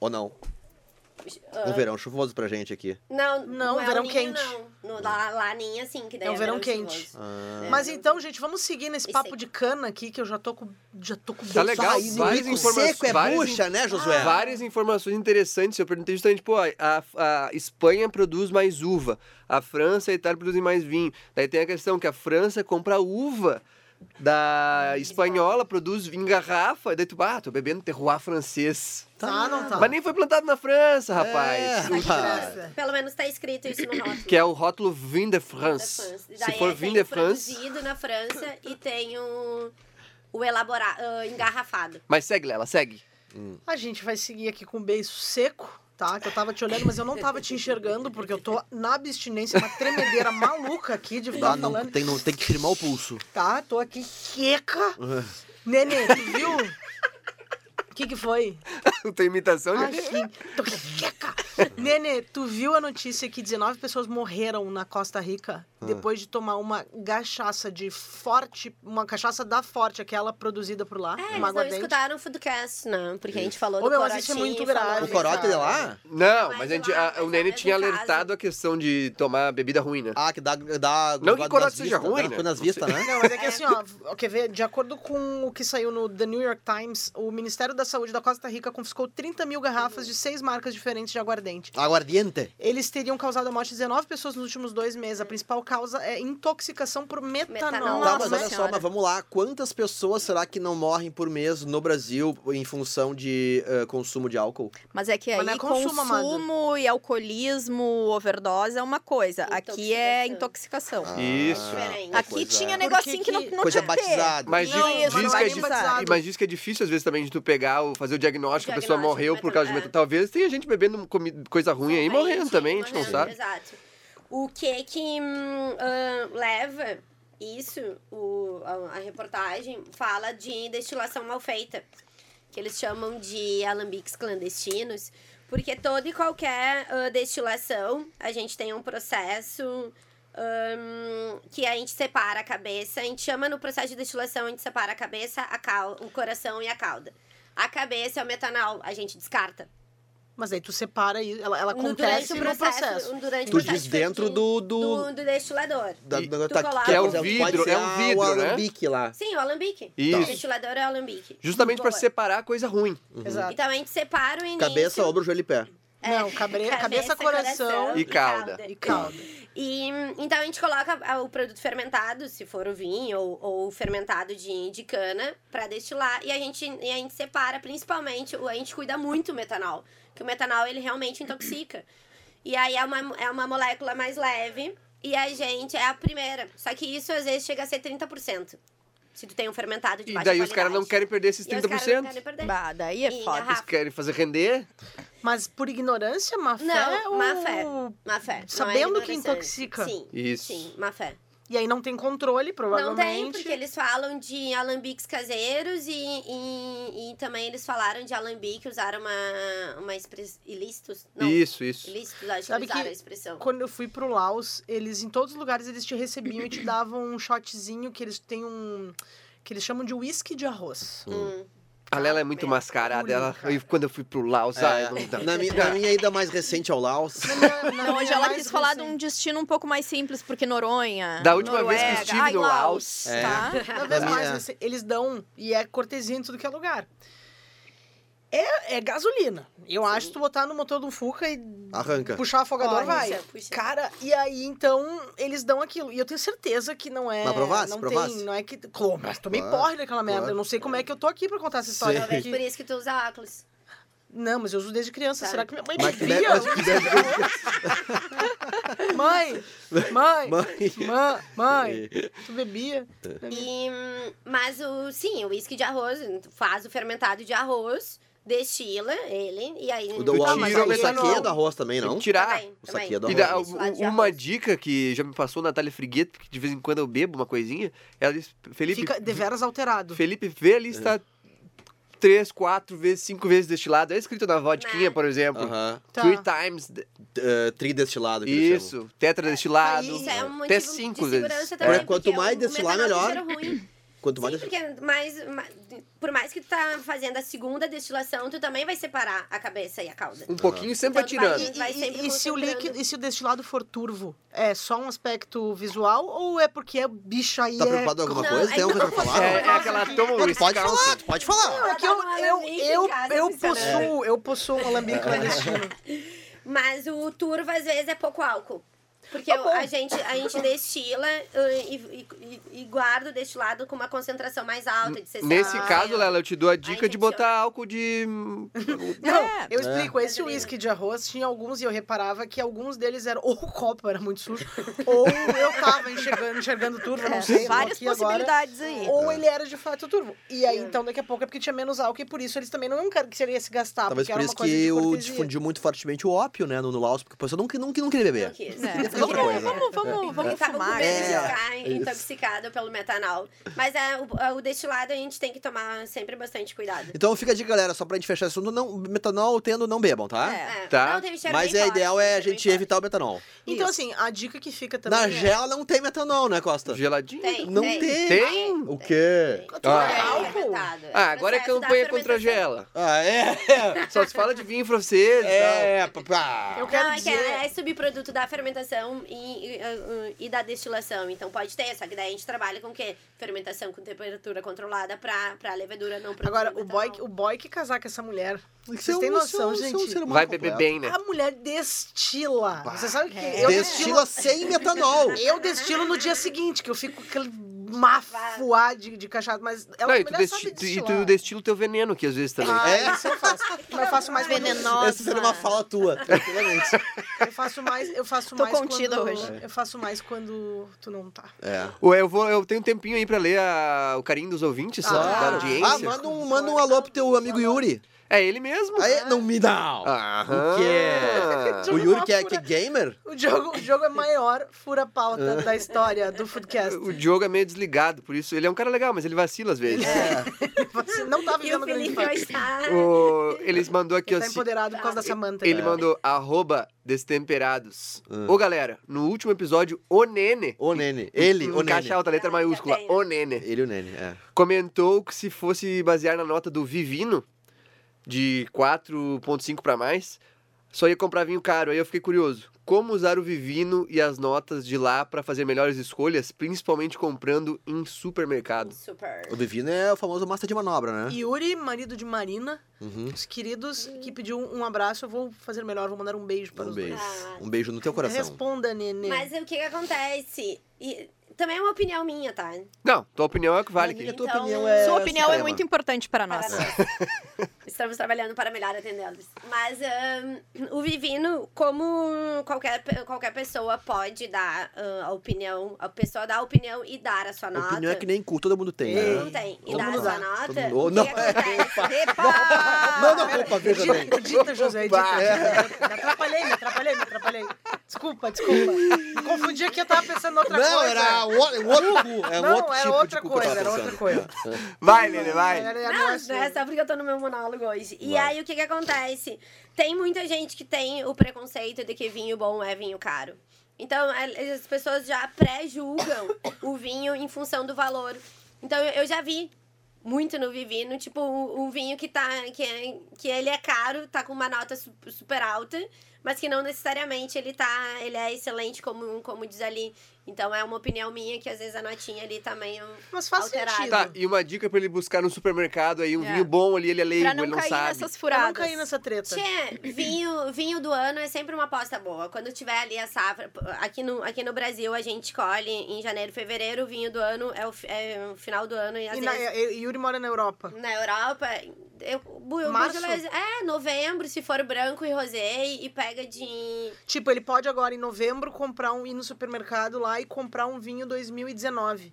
[SPEAKER 3] Ou não? Um verão chuvoso pra gente aqui.
[SPEAKER 2] Não,
[SPEAKER 4] Não,
[SPEAKER 2] é
[SPEAKER 4] verão
[SPEAKER 2] El Niño,
[SPEAKER 4] quente.
[SPEAKER 2] Não. No, lá, laninha, sim, que daí
[SPEAKER 4] É um verão quente.
[SPEAKER 2] chuvoso.
[SPEAKER 3] Ah,
[SPEAKER 4] Mas então, gente, vamos seguir nesse
[SPEAKER 2] Isso
[SPEAKER 4] papo
[SPEAKER 2] aí.
[SPEAKER 4] de cana aqui, que eu já tô com. Já tô com
[SPEAKER 5] Tá legal,
[SPEAKER 4] saindo.
[SPEAKER 5] vai. várias
[SPEAKER 3] rico
[SPEAKER 5] informa-
[SPEAKER 3] seco é
[SPEAKER 5] várias-
[SPEAKER 3] bucha, né, Josué?
[SPEAKER 5] Várias informações interessantes. Eu perguntei justamente, pô, a, a Espanha produz mais uva, a França e a Itália produzem mais vinho. Daí tem a questão que a França compra uva da espanhola, produz vinho em garrafa. Daí tu, ah, tô bebendo terroir francês.
[SPEAKER 4] Tá, não tá.
[SPEAKER 5] Mas nem foi plantado na França,
[SPEAKER 3] É,
[SPEAKER 5] rapaz. O-
[SPEAKER 3] rapaz.
[SPEAKER 4] Nossa.
[SPEAKER 2] Pelo menos tá escrito isso no rótulo.
[SPEAKER 5] que é o rótulo Vin de
[SPEAKER 2] da
[SPEAKER 5] France.
[SPEAKER 2] França.
[SPEAKER 5] Se
[SPEAKER 2] Daí é,
[SPEAKER 5] for
[SPEAKER 2] tem
[SPEAKER 5] Vin
[SPEAKER 2] o
[SPEAKER 5] de France...
[SPEAKER 2] produzido na França e tem o, o elaborado, ah, engarrafado.
[SPEAKER 5] Mas segue, Lela, segue.
[SPEAKER 4] Tá. A gente vai seguir aqui com um beijo seco, tá? Que eu tava te olhando, mas eu não tava te enxergando, porque eu tô na abstinência, uma tremedeira maluca aqui de ficar
[SPEAKER 3] Ah, não,
[SPEAKER 4] falando.
[SPEAKER 3] tem, não, tem que firmar o pulso.
[SPEAKER 4] Tá, tô aqui queca. Nenê, tu viu? O que que foi?
[SPEAKER 5] Tua imitação,
[SPEAKER 4] Ah,
[SPEAKER 5] né?
[SPEAKER 4] sim. Tô queca. Nenê, tu viu a notícia que 19 pessoas morreram na Costa Rica depois de tomar uma cachaça de forte, uma cachaça da forte, aquela produzida por lá,
[SPEAKER 2] É,
[SPEAKER 4] uma
[SPEAKER 2] eles não
[SPEAKER 4] aguardente.
[SPEAKER 2] escutaram o Foodcast, não. Porque a gente falou
[SPEAKER 4] Ô,
[SPEAKER 2] do
[SPEAKER 4] meu, mas
[SPEAKER 2] corotinho.
[SPEAKER 4] isso é muito
[SPEAKER 2] falamos
[SPEAKER 4] grave.
[SPEAKER 3] O corote de lá?
[SPEAKER 5] Não,
[SPEAKER 2] Mas
[SPEAKER 5] mas a gente,
[SPEAKER 2] lá,
[SPEAKER 5] a-
[SPEAKER 2] mas
[SPEAKER 5] o
[SPEAKER 2] lá
[SPEAKER 5] Nene
[SPEAKER 2] mesmo
[SPEAKER 5] tinha
[SPEAKER 2] caso.
[SPEAKER 5] alertado a questão de tomar bebida ruim, né?
[SPEAKER 3] Ah, que dá... dá
[SPEAKER 5] Não que
[SPEAKER 3] dá-
[SPEAKER 5] corote
[SPEAKER 3] nas
[SPEAKER 5] seja
[SPEAKER 3] vistas,
[SPEAKER 5] ruim,
[SPEAKER 3] dá
[SPEAKER 5] né?
[SPEAKER 3] nas vistas, né?
[SPEAKER 4] Não, mas é que assim, ó, quer ver? De acordo com o que saiu no The New York Times, o Ministério da Saúde da Costa Rica confiscou 30 mil garrafas de seis marcas diferentes de aguardente.
[SPEAKER 3] Aguardiente.
[SPEAKER 4] Eles teriam causado a morte de 19 pessoas nos últimos dois meses. A principal causa é intoxicação por metanol.
[SPEAKER 2] Hum.
[SPEAKER 4] Né?
[SPEAKER 2] Metanol.
[SPEAKER 3] Tá,
[SPEAKER 2] Nossa
[SPEAKER 3] mas olha só,
[SPEAKER 1] Senhora.
[SPEAKER 3] mas vamos lá. Quantas pessoas será que não morrem por mês no Brasil em função de eh, consumo de álcool?
[SPEAKER 1] Mas é que
[SPEAKER 4] Mas
[SPEAKER 1] aí
[SPEAKER 4] não é consumo,
[SPEAKER 1] consumo,
[SPEAKER 4] amada.
[SPEAKER 1] e alcoolismo, overdose é uma coisa. Aqui é intoxicação.
[SPEAKER 3] Ah,
[SPEAKER 5] Isso.
[SPEAKER 2] é Diferente.
[SPEAKER 1] Aqui
[SPEAKER 3] coisa-
[SPEAKER 1] tinha
[SPEAKER 4] Porque
[SPEAKER 1] negocinho que não,
[SPEAKER 4] que-
[SPEAKER 1] não
[SPEAKER 3] Coisa
[SPEAKER 1] tinha que ter.
[SPEAKER 3] batizada.
[SPEAKER 5] Mas,
[SPEAKER 4] Não,
[SPEAKER 5] di- diz,
[SPEAKER 4] mas não
[SPEAKER 5] que
[SPEAKER 4] é
[SPEAKER 5] é
[SPEAKER 4] nem
[SPEAKER 5] difícil,
[SPEAKER 4] batizado.
[SPEAKER 5] mas diz que é difícil às vezes também de tu pegar, o- fazer o diagnóstico,
[SPEAKER 2] O
[SPEAKER 5] que a pessoa
[SPEAKER 2] diagnóstico,
[SPEAKER 5] morreu por causa de
[SPEAKER 2] é.
[SPEAKER 5] metanol. Talvez tenha gente bebendo comi- coisa ruim aí, morrendo também, a gente não
[SPEAKER 2] morrendo,
[SPEAKER 5] sabe.
[SPEAKER 2] Exato. O que que hum, ah, leva isso, o- a, a reportagem, fala de destilação mal feita, que eles chamam de alambiques clandestinos, porque toda e qualquer ah, destilação, a gente tem um processo ahn, que a gente separa a cabeça. A gente chama no processo de destilação, a gente separa a cabeça, a cal, o coração e a cauda. A cabeça é o metanol, a gente descarta.
[SPEAKER 4] Mas aí tu separa e ela, ela
[SPEAKER 2] No-
[SPEAKER 4] acontece no processo.
[SPEAKER 2] Durante o
[SPEAKER 3] Tu
[SPEAKER 2] processo
[SPEAKER 3] diz dentro
[SPEAKER 2] de-
[SPEAKER 3] do. do,
[SPEAKER 2] do, do destilador.
[SPEAKER 3] da-
[SPEAKER 5] E-
[SPEAKER 3] da-
[SPEAKER 2] tu
[SPEAKER 3] tá-
[SPEAKER 2] coloca-
[SPEAKER 3] por
[SPEAKER 2] É um
[SPEAKER 3] exemplo, pode
[SPEAKER 5] vidro,
[SPEAKER 3] ser
[SPEAKER 5] é um
[SPEAKER 3] a-
[SPEAKER 5] vidro,
[SPEAKER 3] o
[SPEAKER 5] né?
[SPEAKER 3] alambique lá.
[SPEAKER 2] Sim, o alambique.
[SPEAKER 5] Isso.
[SPEAKER 2] O destilador é o alambique.
[SPEAKER 5] Justamente pra
[SPEAKER 2] Boa.
[SPEAKER 5] separar coisa ruim.
[SPEAKER 4] Exato.
[SPEAKER 2] Então a gente separa o início.
[SPEAKER 3] Cabeça, ombro, joelho e pé.
[SPEAKER 2] É,
[SPEAKER 4] Não, cabre- cabeça, coração
[SPEAKER 5] e cauda.
[SPEAKER 4] e calda.
[SPEAKER 2] E, hum, então a gente coloca ah, o produto fermentado, se for o vinho, ou, ou o fermentado de, de cana, pra destilar. E a, gente, e a gente separa, principalmente, o- a gente cuida muito o metanol. Que o metanol, ele realmente intoxica. E aí é uma, é uma molécula mais leve. E a gente é a primeira. Só que isso às vezes chega a ser 30%. Se tu tem um fermentado de
[SPEAKER 5] E
[SPEAKER 2] baixa
[SPEAKER 5] daí os caras não
[SPEAKER 2] qualidade.
[SPEAKER 5] querem perder esses
[SPEAKER 2] E os caras não querem
[SPEAKER 5] 30%.
[SPEAKER 2] perder.
[SPEAKER 1] Bah, daí é
[SPEAKER 2] E
[SPEAKER 1] foda.
[SPEAKER 5] Eles querem fazer render.
[SPEAKER 4] Mas por ignorância, má fé?
[SPEAKER 2] Não,
[SPEAKER 4] ou-
[SPEAKER 2] má fé. Má fé. Não é
[SPEAKER 4] Sabendo que
[SPEAKER 2] ignorância.
[SPEAKER 4] intoxica.
[SPEAKER 2] Sim.
[SPEAKER 5] Isso.
[SPEAKER 2] Sim, má fé.
[SPEAKER 4] E aí não tem controle,
[SPEAKER 2] Não
[SPEAKER 4] provavelmente.
[SPEAKER 2] tem, porque eles falam de alambiques caseiros e, e, e também eles falaram de alambique, usaram uma, uma expressão. Ilícitos? Não.
[SPEAKER 5] Isso, isso.
[SPEAKER 2] Ilícitos, acho
[SPEAKER 4] Sabe
[SPEAKER 2] que usaram
[SPEAKER 4] que-
[SPEAKER 2] a expressão.
[SPEAKER 4] Quando eu fui pro Laos, eles em todos os lugares eles te recebiam e te davam um shotzinho que eles têm um que eles chamam de whisky de arroz.
[SPEAKER 2] Hum.
[SPEAKER 5] A Lela é muito mascarada. Ela,
[SPEAKER 4] Cara.
[SPEAKER 5] eu- quando eu fui pro Laos, ai, não dá.
[SPEAKER 3] É, na, minha, na minha ida mais recente ao Laos.
[SPEAKER 1] Não,
[SPEAKER 4] é
[SPEAKER 1] hoje ela quis falar de um destino um pouco mais simples, porque Noronha.
[SPEAKER 5] Da última
[SPEAKER 1] Noruega,
[SPEAKER 5] vez que estive
[SPEAKER 1] ai,
[SPEAKER 5] no
[SPEAKER 1] Laos,
[SPEAKER 5] Laos.
[SPEAKER 3] É.
[SPEAKER 1] tá?
[SPEAKER 4] Cada vez
[SPEAKER 3] Na
[SPEAKER 4] mais
[SPEAKER 3] minha-
[SPEAKER 4] você- eles dão e é cortesia em tudo que é lugar. É, é gasolina. Eu acho que tu botar no motor do Fuca e
[SPEAKER 3] Arranca.
[SPEAKER 4] puxar o afogador
[SPEAKER 2] Corre,
[SPEAKER 1] é
[SPEAKER 4] vai.
[SPEAKER 2] puxa, é puxa.
[SPEAKER 4] Cara, e aí então eles dão aquilo. E eu tenho certeza que não é.
[SPEAKER 3] Mas provasse,
[SPEAKER 4] não
[SPEAKER 3] provasse.
[SPEAKER 4] tem, não é que. Claro, Mas tomei
[SPEAKER 3] Claro,
[SPEAKER 4] porre daquela merda.
[SPEAKER 3] claro.
[SPEAKER 4] Eu não sei como é que eu tô aqui pra contar essa história.
[SPEAKER 3] Sim.
[SPEAKER 2] Talvez
[SPEAKER 4] Que-
[SPEAKER 2] É por isso que tu usa óculos.
[SPEAKER 4] Não, mas eu uso desde criança.
[SPEAKER 2] Sabe?
[SPEAKER 4] Será que minha mãe
[SPEAKER 3] Mas-
[SPEAKER 4] bebia?
[SPEAKER 3] mas-
[SPEAKER 4] mãe, mãe, mãe,
[SPEAKER 3] Mãe.
[SPEAKER 4] mãe, tu bebia?
[SPEAKER 2] E, hum, mas o sim, o uísque de arroz, faz o fermentado de arroz, destila ele e aí tá
[SPEAKER 3] O, do- o,
[SPEAKER 5] Ah,
[SPEAKER 3] o,
[SPEAKER 5] mas
[SPEAKER 3] o,
[SPEAKER 5] aí
[SPEAKER 3] saquê
[SPEAKER 5] não.
[SPEAKER 3] é do arroz também,
[SPEAKER 5] Tem
[SPEAKER 3] não?
[SPEAKER 5] que tirar.
[SPEAKER 2] Também,
[SPEAKER 3] o saquê é do
[SPEAKER 2] também.
[SPEAKER 5] E dá,
[SPEAKER 3] arroz.
[SPEAKER 5] u-
[SPEAKER 2] Lá de
[SPEAKER 5] uma
[SPEAKER 2] arroz.
[SPEAKER 5] dica que já me passou a Natália Frigueto, que de vez em quando eu bebo uma coisinha, ela disse, Felipe,
[SPEAKER 4] Fica deveras alterado.
[SPEAKER 5] Felipe, vê ali se
[SPEAKER 3] É.
[SPEAKER 5] tá três, quatro vezes, cinco vezes destilado. É escrito na vodquinha,
[SPEAKER 2] Né?
[SPEAKER 5] por exemplo.
[SPEAKER 3] Aham.
[SPEAKER 4] Tá.
[SPEAKER 5] Three times. de-
[SPEAKER 3] Eh, Tridestilado. que eles chamam.
[SPEAKER 5] Isso, tetra destilado.
[SPEAKER 2] Isso é um
[SPEAKER 5] até
[SPEAKER 2] motivo
[SPEAKER 5] cinco
[SPEAKER 2] de
[SPEAKER 5] vezes.
[SPEAKER 2] segurança
[SPEAKER 3] É,
[SPEAKER 2] também.
[SPEAKER 3] quanto
[SPEAKER 2] porque
[SPEAKER 3] mais
[SPEAKER 2] o
[SPEAKER 3] destilar,
[SPEAKER 2] metanol
[SPEAKER 3] melhor.
[SPEAKER 2] cheira ruim.
[SPEAKER 3] Quanto mais.
[SPEAKER 2] Sim, porque mais, ma- por mais que tu tá fazendo a segunda destilação, tu também vai separar a cabeça e a cauda.
[SPEAKER 5] Um pouquinho sempre vai
[SPEAKER 2] Então, vai-
[SPEAKER 5] tirando.
[SPEAKER 4] E,
[SPEAKER 2] Vai
[SPEAKER 4] e-
[SPEAKER 2] sempre
[SPEAKER 4] e se o
[SPEAKER 2] concentrando.
[SPEAKER 4] líquido, e se o destilado for turvo, é só um aspecto visual ou é porque é bicho aí
[SPEAKER 3] Tá
[SPEAKER 4] é...
[SPEAKER 3] preocupado com alguma
[SPEAKER 2] Não,
[SPEAKER 3] coisa?
[SPEAKER 2] é
[SPEAKER 3] Tem alguma
[SPEAKER 2] que-
[SPEAKER 3] coisa pra falar?
[SPEAKER 5] É, é aquela toma o
[SPEAKER 3] Tu pode falar, tu pode falar.
[SPEAKER 4] Não, é que eu,
[SPEAKER 2] Ela tá
[SPEAKER 4] eu, eu,
[SPEAKER 2] com um alambique em casa,
[SPEAKER 4] eu
[SPEAKER 2] assim,
[SPEAKER 4] possuo, eu possuo um
[SPEAKER 3] É.
[SPEAKER 4] alambique clandestino.
[SPEAKER 2] Mas o turvo, às vezes, é pouco álcool. Porque
[SPEAKER 4] Tá bom.
[SPEAKER 2] a, gente, a gente destila uh, e, e- e- e guarda o destilado com uma concentração mais alta de 60%.
[SPEAKER 5] Nesse caso, Lela, eu te dou a
[SPEAKER 2] Ai,
[SPEAKER 5] dica
[SPEAKER 2] gente,
[SPEAKER 5] de botar álcool de.
[SPEAKER 4] Não,
[SPEAKER 1] É.
[SPEAKER 4] eu explico. Esse
[SPEAKER 2] Gasolina.
[SPEAKER 4] uísque de arroz tinha alguns e eu reparava que alguns deles eram. Ou o copo era muito sujo, ou eu tava enxergando, enxergando turvo, não sei. tô
[SPEAKER 1] É, Várias
[SPEAKER 4] aqui agora.
[SPEAKER 1] possibilidades aí.
[SPEAKER 4] Ou ele era de fato turvo. E aí, então, daqui a pouco é porque tinha menos álcool e por isso eles também não querem que ele ia se gastar.
[SPEAKER 3] Talvez
[SPEAKER 4] porque
[SPEAKER 3] por
[SPEAKER 4] era
[SPEAKER 3] isso
[SPEAKER 4] uma coisa
[SPEAKER 3] que
[SPEAKER 4] de
[SPEAKER 3] o
[SPEAKER 4] cortesia.
[SPEAKER 3] difundiu muito fortemente o ópio, né, no, no Laos, porque o pessoal não, não, não queria beber.
[SPEAKER 2] Não quis.
[SPEAKER 1] É.
[SPEAKER 3] Ia fazer outra
[SPEAKER 1] Vamos,
[SPEAKER 3] coisa.
[SPEAKER 1] vamos, vamos,
[SPEAKER 2] Eu
[SPEAKER 1] vamos
[SPEAKER 2] tava com
[SPEAKER 1] fumar.
[SPEAKER 2] medo
[SPEAKER 1] É.
[SPEAKER 2] de
[SPEAKER 3] É,
[SPEAKER 2] ficar
[SPEAKER 3] isso.
[SPEAKER 2] intoxicado pelo metanol. Mas é, o, é, o destilado a gente tem que tomar sempre bastante cuidado.
[SPEAKER 3] Então fica a dica, galera, só pra gente fechar esse assunto, não, metanol tendo, não bebam, tá?
[SPEAKER 1] É.
[SPEAKER 2] É,
[SPEAKER 5] Tá.
[SPEAKER 2] não, tem cheiro
[SPEAKER 3] Mas
[SPEAKER 2] bem
[SPEAKER 3] a
[SPEAKER 2] forte,
[SPEAKER 3] ideal é a
[SPEAKER 2] cheiro bem
[SPEAKER 3] gente
[SPEAKER 2] forte.
[SPEAKER 3] evitar o metanol.
[SPEAKER 4] Então,
[SPEAKER 1] Isso.
[SPEAKER 4] assim, a dica que fica também.
[SPEAKER 3] Na
[SPEAKER 4] é-
[SPEAKER 3] gela não tem metanol, né, Costa?
[SPEAKER 5] Geladinho.
[SPEAKER 2] Tem,
[SPEAKER 3] Não tem.
[SPEAKER 2] tem.
[SPEAKER 5] Tem?
[SPEAKER 3] O quê?
[SPEAKER 2] Tem,
[SPEAKER 5] Ah.
[SPEAKER 2] tem,
[SPEAKER 4] Álcool?
[SPEAKER 2] fermentado. É
[SPEAKER 5] Ah, agora é
[SPEAKER 2] processo da
[SPEAKER 5] campanha contra a
[SPEAKER 2] fermentação.
[SPEAKER 5] gela.
[SPEAKER 3] Ah, é?
[SPEAKER 5] Só se fala de vinho francês. É.
[SPEAKER 3] É, papá.
[SPEAKER 4] Eu quero
[SPEAKER 2] Não, é que
[SPEAKER 4] dizer.
[SPEAKER 2] é subproduto da fermentação e, e, uh, uh, e da destilação. Então pode ter, só que daí a gente trabalha com o quê? Fermentação com temperatura controlada pra, pra levedura não produzir.
[SPEAKER 4] Agora, o boy,
[SPEAKER 2] metanol.
[SPEAKER 4] o boy que casar com essa mulher.
[SPEAKER 3] Isso é
[SPEAKER 4] Vocês
[SPEAKER 3] um-
[SPEAKER 4] têm noção,
[SPEAKER 3] isso é um- isso é um
[SPEAKER 4] gente?
[SPEAKER 3] ser humano
[SPEAKER 5] Vai beber
[SPEAKER 3] completo.
[SPEAKER 5] bem,
[SPEAKER 2] É
[SPEAKER 5] né?
[SPEAKER 4] A mulher destila. Você sabe o que?
[SPEAKER 1] é.
[SPEAKER 4] Eu destilo
[SPEAKER 3] Destila sem metanol.
[SPEAKER 4] Eu destilo no dia seguinte, que eu fico com aquele mafuá de, de cachaça, mas ela
[SPEAKER 5] Não, e,
[SPEAKER 4] a
[SPEAKER 5] tu
[SPEAKER 4] mulher
[SPEAKER 5] desti-
[SPEAKER 4] sabe
[SPEAKER 5] tu- e
[SPEAKER 4] destilar.
[SPEAKER 5] tu destila né? o teu veneno aqui às vezes também.
[SPEAKER 4] Ah,
[SPEAKER 3] É?
[SPEAKER 4] isso eu faço. Mas eu faço mais quando-
[SPEAKER 1] Venenosa.
[SPEAKER 3] Essa seria uma fala tua, tranquilamente.
[SPEAKER 4] Eu faço mais, eu faço
[SPEAKER 1] Tô
[SPEAKER 4] mais
[SPEAKER 1] contida
[SPEAKER 4] quando,
[SPEAKER 1] hoje.
[SPEAKER 4] Eu faço mais quando tu não tá.
[SPEAKER 3] É.
[SPEAKER 5] Ué, eu, vou, eu tenho um tempinho aí pra ler a- o carinho dos ouvintes,
[SPEAKER 4] Ah,
[SPEAKER 5] da
[SPEAKER 4] claro.
[SPEAKER 5] audiência.
[SPEAKER 3] Ah, manda um, manda um alô pro teu amigo Yuri.
[SPEAKER 5] É ele mesmo.
[SPEAKER 3] Aí, não me dá!
[SPEAKER 5] Aham.
[SPEAKER 3] O quê? O
[SPEAKER 4] Jogo
[SPEAKER 3] Yuri que é, que
[SPEAKER 4] fura.
[SPEAKER 3] é gamer?
[SPEAKER 4] O jogo, o jogo é maior fura-pauta da história do Foodcast.
[SPEAKER 5] Ah. O Diogo é meio desligado, por isso ele é um cara legal, mas ele vacila às
[SPEAKER 3] É.
[SPEAKER 5] vezes.
[SPEAKER 4] É. Você não tá
[SPEAKER 2] E
[SPEAKER 4] vivendo
[SPEAKER 2] o
[SPEAKER 4] o que ele
[SPEAKER 2] Felipe
[SPEAKER 4] faz.
[SPEAKER 2] hoje tá...
[SPEAKER 5] O- Eles mandou aqui,
[SPEAKER 4] Ele tá
[SPEAKER 5] assim.
[SPEAKER 4] empoderado por causa da Samantha.
[SPEAKER 5] Ele mandou arroba destemperados.
[SPEAKER 3] Hum.
[SPEAKER 5] Ô galera, no último episódio, o Nene.
[SPEAKER 3] O Nene. Ele, o Nene.
[SPEAKER 5] Encaixa a outra letra
[SPEAKER 2] Ah, já
[SPEAKER 5] maiúscula,
[SPEAKER 4] né?
[SPEAKER 2] tem.
[SPEAKER 5] o Nene.
[SPEAKER 3] Ele e o Nene, é.
[SPEAKER 5] Comentou que se fosse basear na nota do Vivino, de 4,5 pra mais, só ia comprar vinho caro. Aí eu fiquei curioso. Como usar o Vivino e as notas de lá pra fazer melhores escolhas, principalmente comprando em supermercado?
[SPEAKER 2] Super.
[SPEAKER 3] O Divino é o famoso master de manobra, né?
[SPEAKER 4] Yuri, marido de Marina,
[SPEAKER 3] Uhum.
[SPEAKER 4] os queridos, que pediu um abraço. Eu vou fazer melhor, vou mandar um beijo para
[SPEAKER 3] Um
[SPEAKER 4] os
[SPEAKER 3] beijo.
[SPEAKER 4] dois.
[SPEAKER 3] Um beijo no teu coração.
[SPEAKER 4] Responda, Nenê.
[SPEAKER 2] Mas o que que acontece? E também é uma opinião minha, tá?
[SPEAKER 5] Não, tua opinião é o que vale aqui.
[SPEAKER 3] A tua
[SPEAKER 2] Então,
[SPEAKER 3] opinião é.
[SPEAKER 1] Sua opinião é
[SPEAKER 3] suprema.
[SPEAKER 1] muito importante para nós.
[SPEAKER 2] Para nós. Estamos trabalhando para melhor atendê-los. Mas ahn, o Vivino, como qualquer, pe- qualquer pessoa pode dar ahn, a opinião, a pessoa dá a opinião e dar a sua
[SPEAKER 3] A
[SPEAKER 2] nota.
[SPEAKER 3] opinião é que nem cu, todo mundo tem.
[SPEAKER 4] Ei.
[SPEAKER 2] Não
[SPEAKER 3] Né?
[SPEAKER 2] tem. E
[SPEAKER 4] Todo
[SPEAKER 2] dar a
[SPEAKER 4] mundo
[SPEAKER 2] sua
[SPEAKER 4] dá.
[SPEAKER 2] nota.
[SPEAKER 3] Todo mundo-
[SPEAKER 2] O que
[SPEAKER 3] Não, é.
[SPEAKER 2] acontece?
[SPEAKER 3] Não, não, opa, veja bem.
[SPEAKER 4] Edita, edita, Ah, José, edita. edita. Me atrapalhei, me atrapalhei, me atrapalhei. Desculpa, desculpa. Me Confundi aqui, eu tava pensando em outra
[SPEAKER 3] Não,
[SPEAKER 4] coisa.
[SPEAKER 3] era um o- um outro cu. É um
[SPEAKER 4] Não,
[SPEAKER 3] outro
[SPEAKER 4] era
[SPEAKER 3] tipo de
[SPEAKER 4] outra
[SPEAKER 3] cu que eu tava
[SPEAKER 4] coisa, era outra
[SPEAKER 3] pensando.
[SPEAKER 4] coisa.
[SPEAKER 5] Vai, Lene, vai.
[SPEAKER 4] Era- era
[SPEAKER 2] Não,
[SPEAKER 4] assim.
[SPEAKER 2] não é só porque eu tô no meu monólogo hoje. E
[SPEAKER 3] Vai.
[SPEAKER 2] aí, o que que acontece? Tem muita gente que tem o preconceito de que vinho bom é vinho caro. Então, é- as pessoas já pré-julgam o vinho em função do valor. Então, eu eu já vi muito no Vivino, tipo, um, um vinho que tá... Que, é- que ele é caro, tá com uma nota su- super alta, mas que não necessariamente ele tá... Ele é excelente, como, como diz ali. Então, é uma opinião minha que, às vezes, a notinha ali tá meio...
[SPEAKER 4] um. Mas faz
[SPEAKER 2] Alterado.
[SPEAKER 4] sentido.
[SPEAKER 5] Tá, e uma dica pra ele buscar no supermercado aí, um
[SPEAKER 1] É.
[SPEAKER 5] vinho bom ali, ele é leigo,
[SPEAKER 1] Pra não
[SPEAKER 5] ele não
[SPEAKER 1] cair
[SPEAKER 5] sabe.
[SPEAKER 1] nessas
[SPEAKER 4] Pra
[SPEAKER 3] Tá.
[SPEAKER 1] furadas.
[SPEAKER 4] não cair nessa treta.
[SPEAKER 2] Tchê, vinho, vinho do ano é sempre uma aposta boa. Quando tiver ali a safra. Aqui no, aqui no Brasil, a gente colhe em janeiro, fevereiro. O vinho do ano é o, fi- é o final do ano. E às
[SPEAKER 4] E na,
[SPEAKER 2] vezes
[SPEAKER 4] e- Yuri mora na Europa.
[SPEAKER 2] na Europa. Eu, bu- eu
[SPEAKER 4] Março?
[SPEAKER 2] bujo- é, novembro, se for branco e rosé. E, e pega de.
[SPEAKER 4] Tipo, ele pode agora em novembro comprar um ir no supermercado lá e comprar um vinho 2019.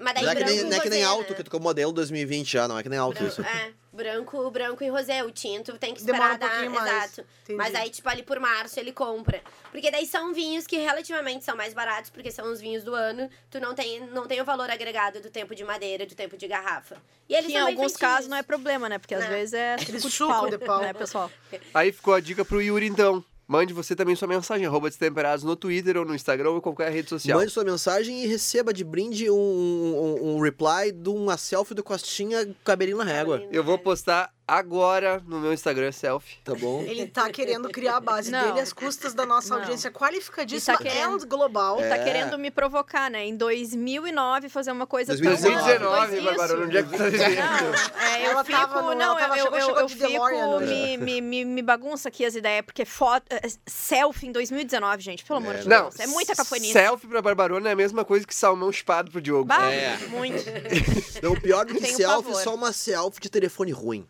[SPEAKER 2] Mas daí
[SPEAKER 3] Não é que
[SPEAKER 2] branco
[SPEAKER 3] nem,
[SPEAKER 2] e
[SPEAKER 3] não é que nem
[SPEAKER 2] rosé,
[SPEAKER 3] alto,
[SPEAKER 2] né?
[SPEAKER 3] que tu como modelo 2020 já, não é que nem alto isso.
[SPEAKER 2] Branco, é, branco, branco e rosé. O tinto tem que
[SPEAKER 4] Demora
[SPEAKER 2] esperar
[SPEAKER 4] um pouquinho
[SPEAKER 2] dar.
[SPEAKER 4] mais.
[SPEAKER 2] Exato.
[SPEAKER 4] Entendi.
[SPEAKER 2] Mas aí, tipo, ali por março ele compra. Porque daí são vinhos que relativamente são mais baratos, porque são os vinhos do ano. Tu não tem, não tem o valor agregado do tempo de madeira, do tempo de garrafa. E eles
[SPEAKER 1] Que em
[SPEAKER 2] são bem
[SPEAKER 1] alguns
[SPEAKER 2] feitinhos.
[SPEAKER 1] casos não é problema, né? Porque às
[SPEAKER 2] Não.
[SPEAKER 1] vezes é
[SPEAKER 4] Aquele
[SPEAKER 1] suco de
[SPEAKER 4] suco
[SPEAKER 1] pau,
[SPEAKER 4] de pau.
[SPEAKER 1] né, pessoal?
[SPEAKER 5] Aí ficou a dica pro Yuri, então. Mande você também sua mensagem, arroba destemperados no Twitter ou no Instagram ou qualquer rede social.
[SPEAKER 3] Mande sua mensagem e receba de brinde um, um, um reply de uma selfie do Costinha cabelinho na régua.
[SPEAKER 5] Eu
[SPEAKER 1] né?
[SPEAKER 5] vou postar agora no meu Instagram selfie.
[SPEAKER 3] Tá bom?
[SPEAKER 4] Ele tá querendo criar a base
[SPEAKER 1] Não.
[SPEAKER 4] dele às custas da nossa
[SPEAKER 1] Não.
[SPEAKER 4] audiência qualificadíssima
[SPEAKER 1] Ele tá querendo-
[SPEAKER 4] and global.
[SPEAKER 3] É.
[SPEAKER 1] Tá querendo me provocar, né? Em 2009 fazer uma coisa tão
[SPEAKER 3] 2019,
[SPEAKER 1] depois
[SPEAKER 5] 2019,
[SPEAKER 1] disso.
[SPEAKER 5] Bárbara, onde é que tu tá vivendo?
[SPEAKER 1] Não, é, eu
[SPEAKER 4] Ela
[SPEAKER 1] fico,
[SPEAKER 4] tava no-
[SPEAKER 1] não,
[SPEAKER 4] ela tava-
[SPEAKER 1] eu,
[SPEAKER 4] chegou-
[SPEAKER 1] eu-
[SPEAKER 4] chegou
[SPEAKER 1] eu
[SPEAKER 4] de
[SPEAKER 1] fico,
[SPEAKER 4] DeLorean né? hoje.
[SPEAKER 1] me, me, me, me bagunça aqui as ideias, porque foto, eh, selfie em 2019, gente, pelo amor
[SPEAKER 3] É,
[SPEAKER 1] de
[SPEAKER 5] Não,
[SPEAKER 1] Deus, é muita cafonice.
[SPEAKER 5] Selfie pra Barbarona é a mesma coisa que salmão chupado pro Diogo.
[SPEAKER 1] Bah,
[SPEAKER 3] É.
[SPEAKER 1] muito.
[SPEAKER 3] Não, o pior do que
[SPEAKER 1] Tenho
[SPEAKER 3] selfie,
[SPEAKER 1] pavor.
[SPEAKER 3] só uma selfie de telefone ruim.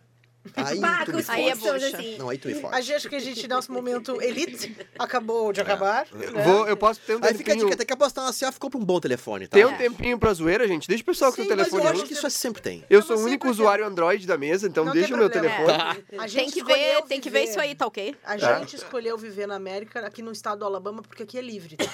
[SPEAKER 3] Aí
[SPEAKER 2] Bah,
[SPEAKER 3] tu
[SPEAKER 2] com
[SPEAKER 3] me
[SPEAKER 2] os
[SPEAKER 1] Aí é
[SPEAKER 3] fode.
[SPEAKER 2] filhos todos
[SPEAKER 1] bucha.
[SPEAKER 2] assim.
[SPEAKER 3] Não, aí tu me
[SPEAKER 4] A
[SPEAKER 3] fode.
[SPEAKER 4] gente acho que a gente, nosso momento elite, acabou
[SPEAKER 3] É.
[SPEAKER 4] de acabar. né?
[SPEAKER 5] Vou, eu posso ter um
[SPEAKER 3] Aí fica a
[SPEAKER 5] tempinho.
[SPEAKER 3] dica, tem que apostar uma selfie, compra um bom telefone, tá?
[SPEAKER 5] Tem um tempinho pra zoeira, gente. Deixa o pessoal que
[SPEAKER 4] Sim,
[SPEAKER 5] tem o
[SPEAKER 4] mas
[SPEAKER 5] telefone
[SPEAKER 3] Eu
[SPEAKER 4] eu
[SPEAKER 5] ruim.
[SPEAKER 3] acho que isso sempre tem.
[SPEAKER 5] Eu
[SPEAKER 4] Eu
[SPEAKER 5] sou o
[SPEAKER 4] não
[SPEAKER 5] único
[SPEAKER 4] sei porque-
[SPEAKER 5] usuário Android da mesa, então
[SPEAKER 4] Não tem
[SPEAKER 5] deixa o meu
[SPEAKER 4] problema. É.
[SPEAKER 5] telefone.
[SPEAKER 4] A gente
[SPEAKER 1] Tem que ver,
[SPEAKER 4] escolheu
[SPEAKER 1] tem que ver
[SPEAKER 4] viver-
[SPEAKER 1] isso aí, tá ok?
[SPEAKER 4] A
[SPEAKER 3] É.
[SPEAKER 5] Tá.
[SPEAKER 4] gente escolheu viver na América, aqui no estado do Alabama, porque aqui é livre. tá?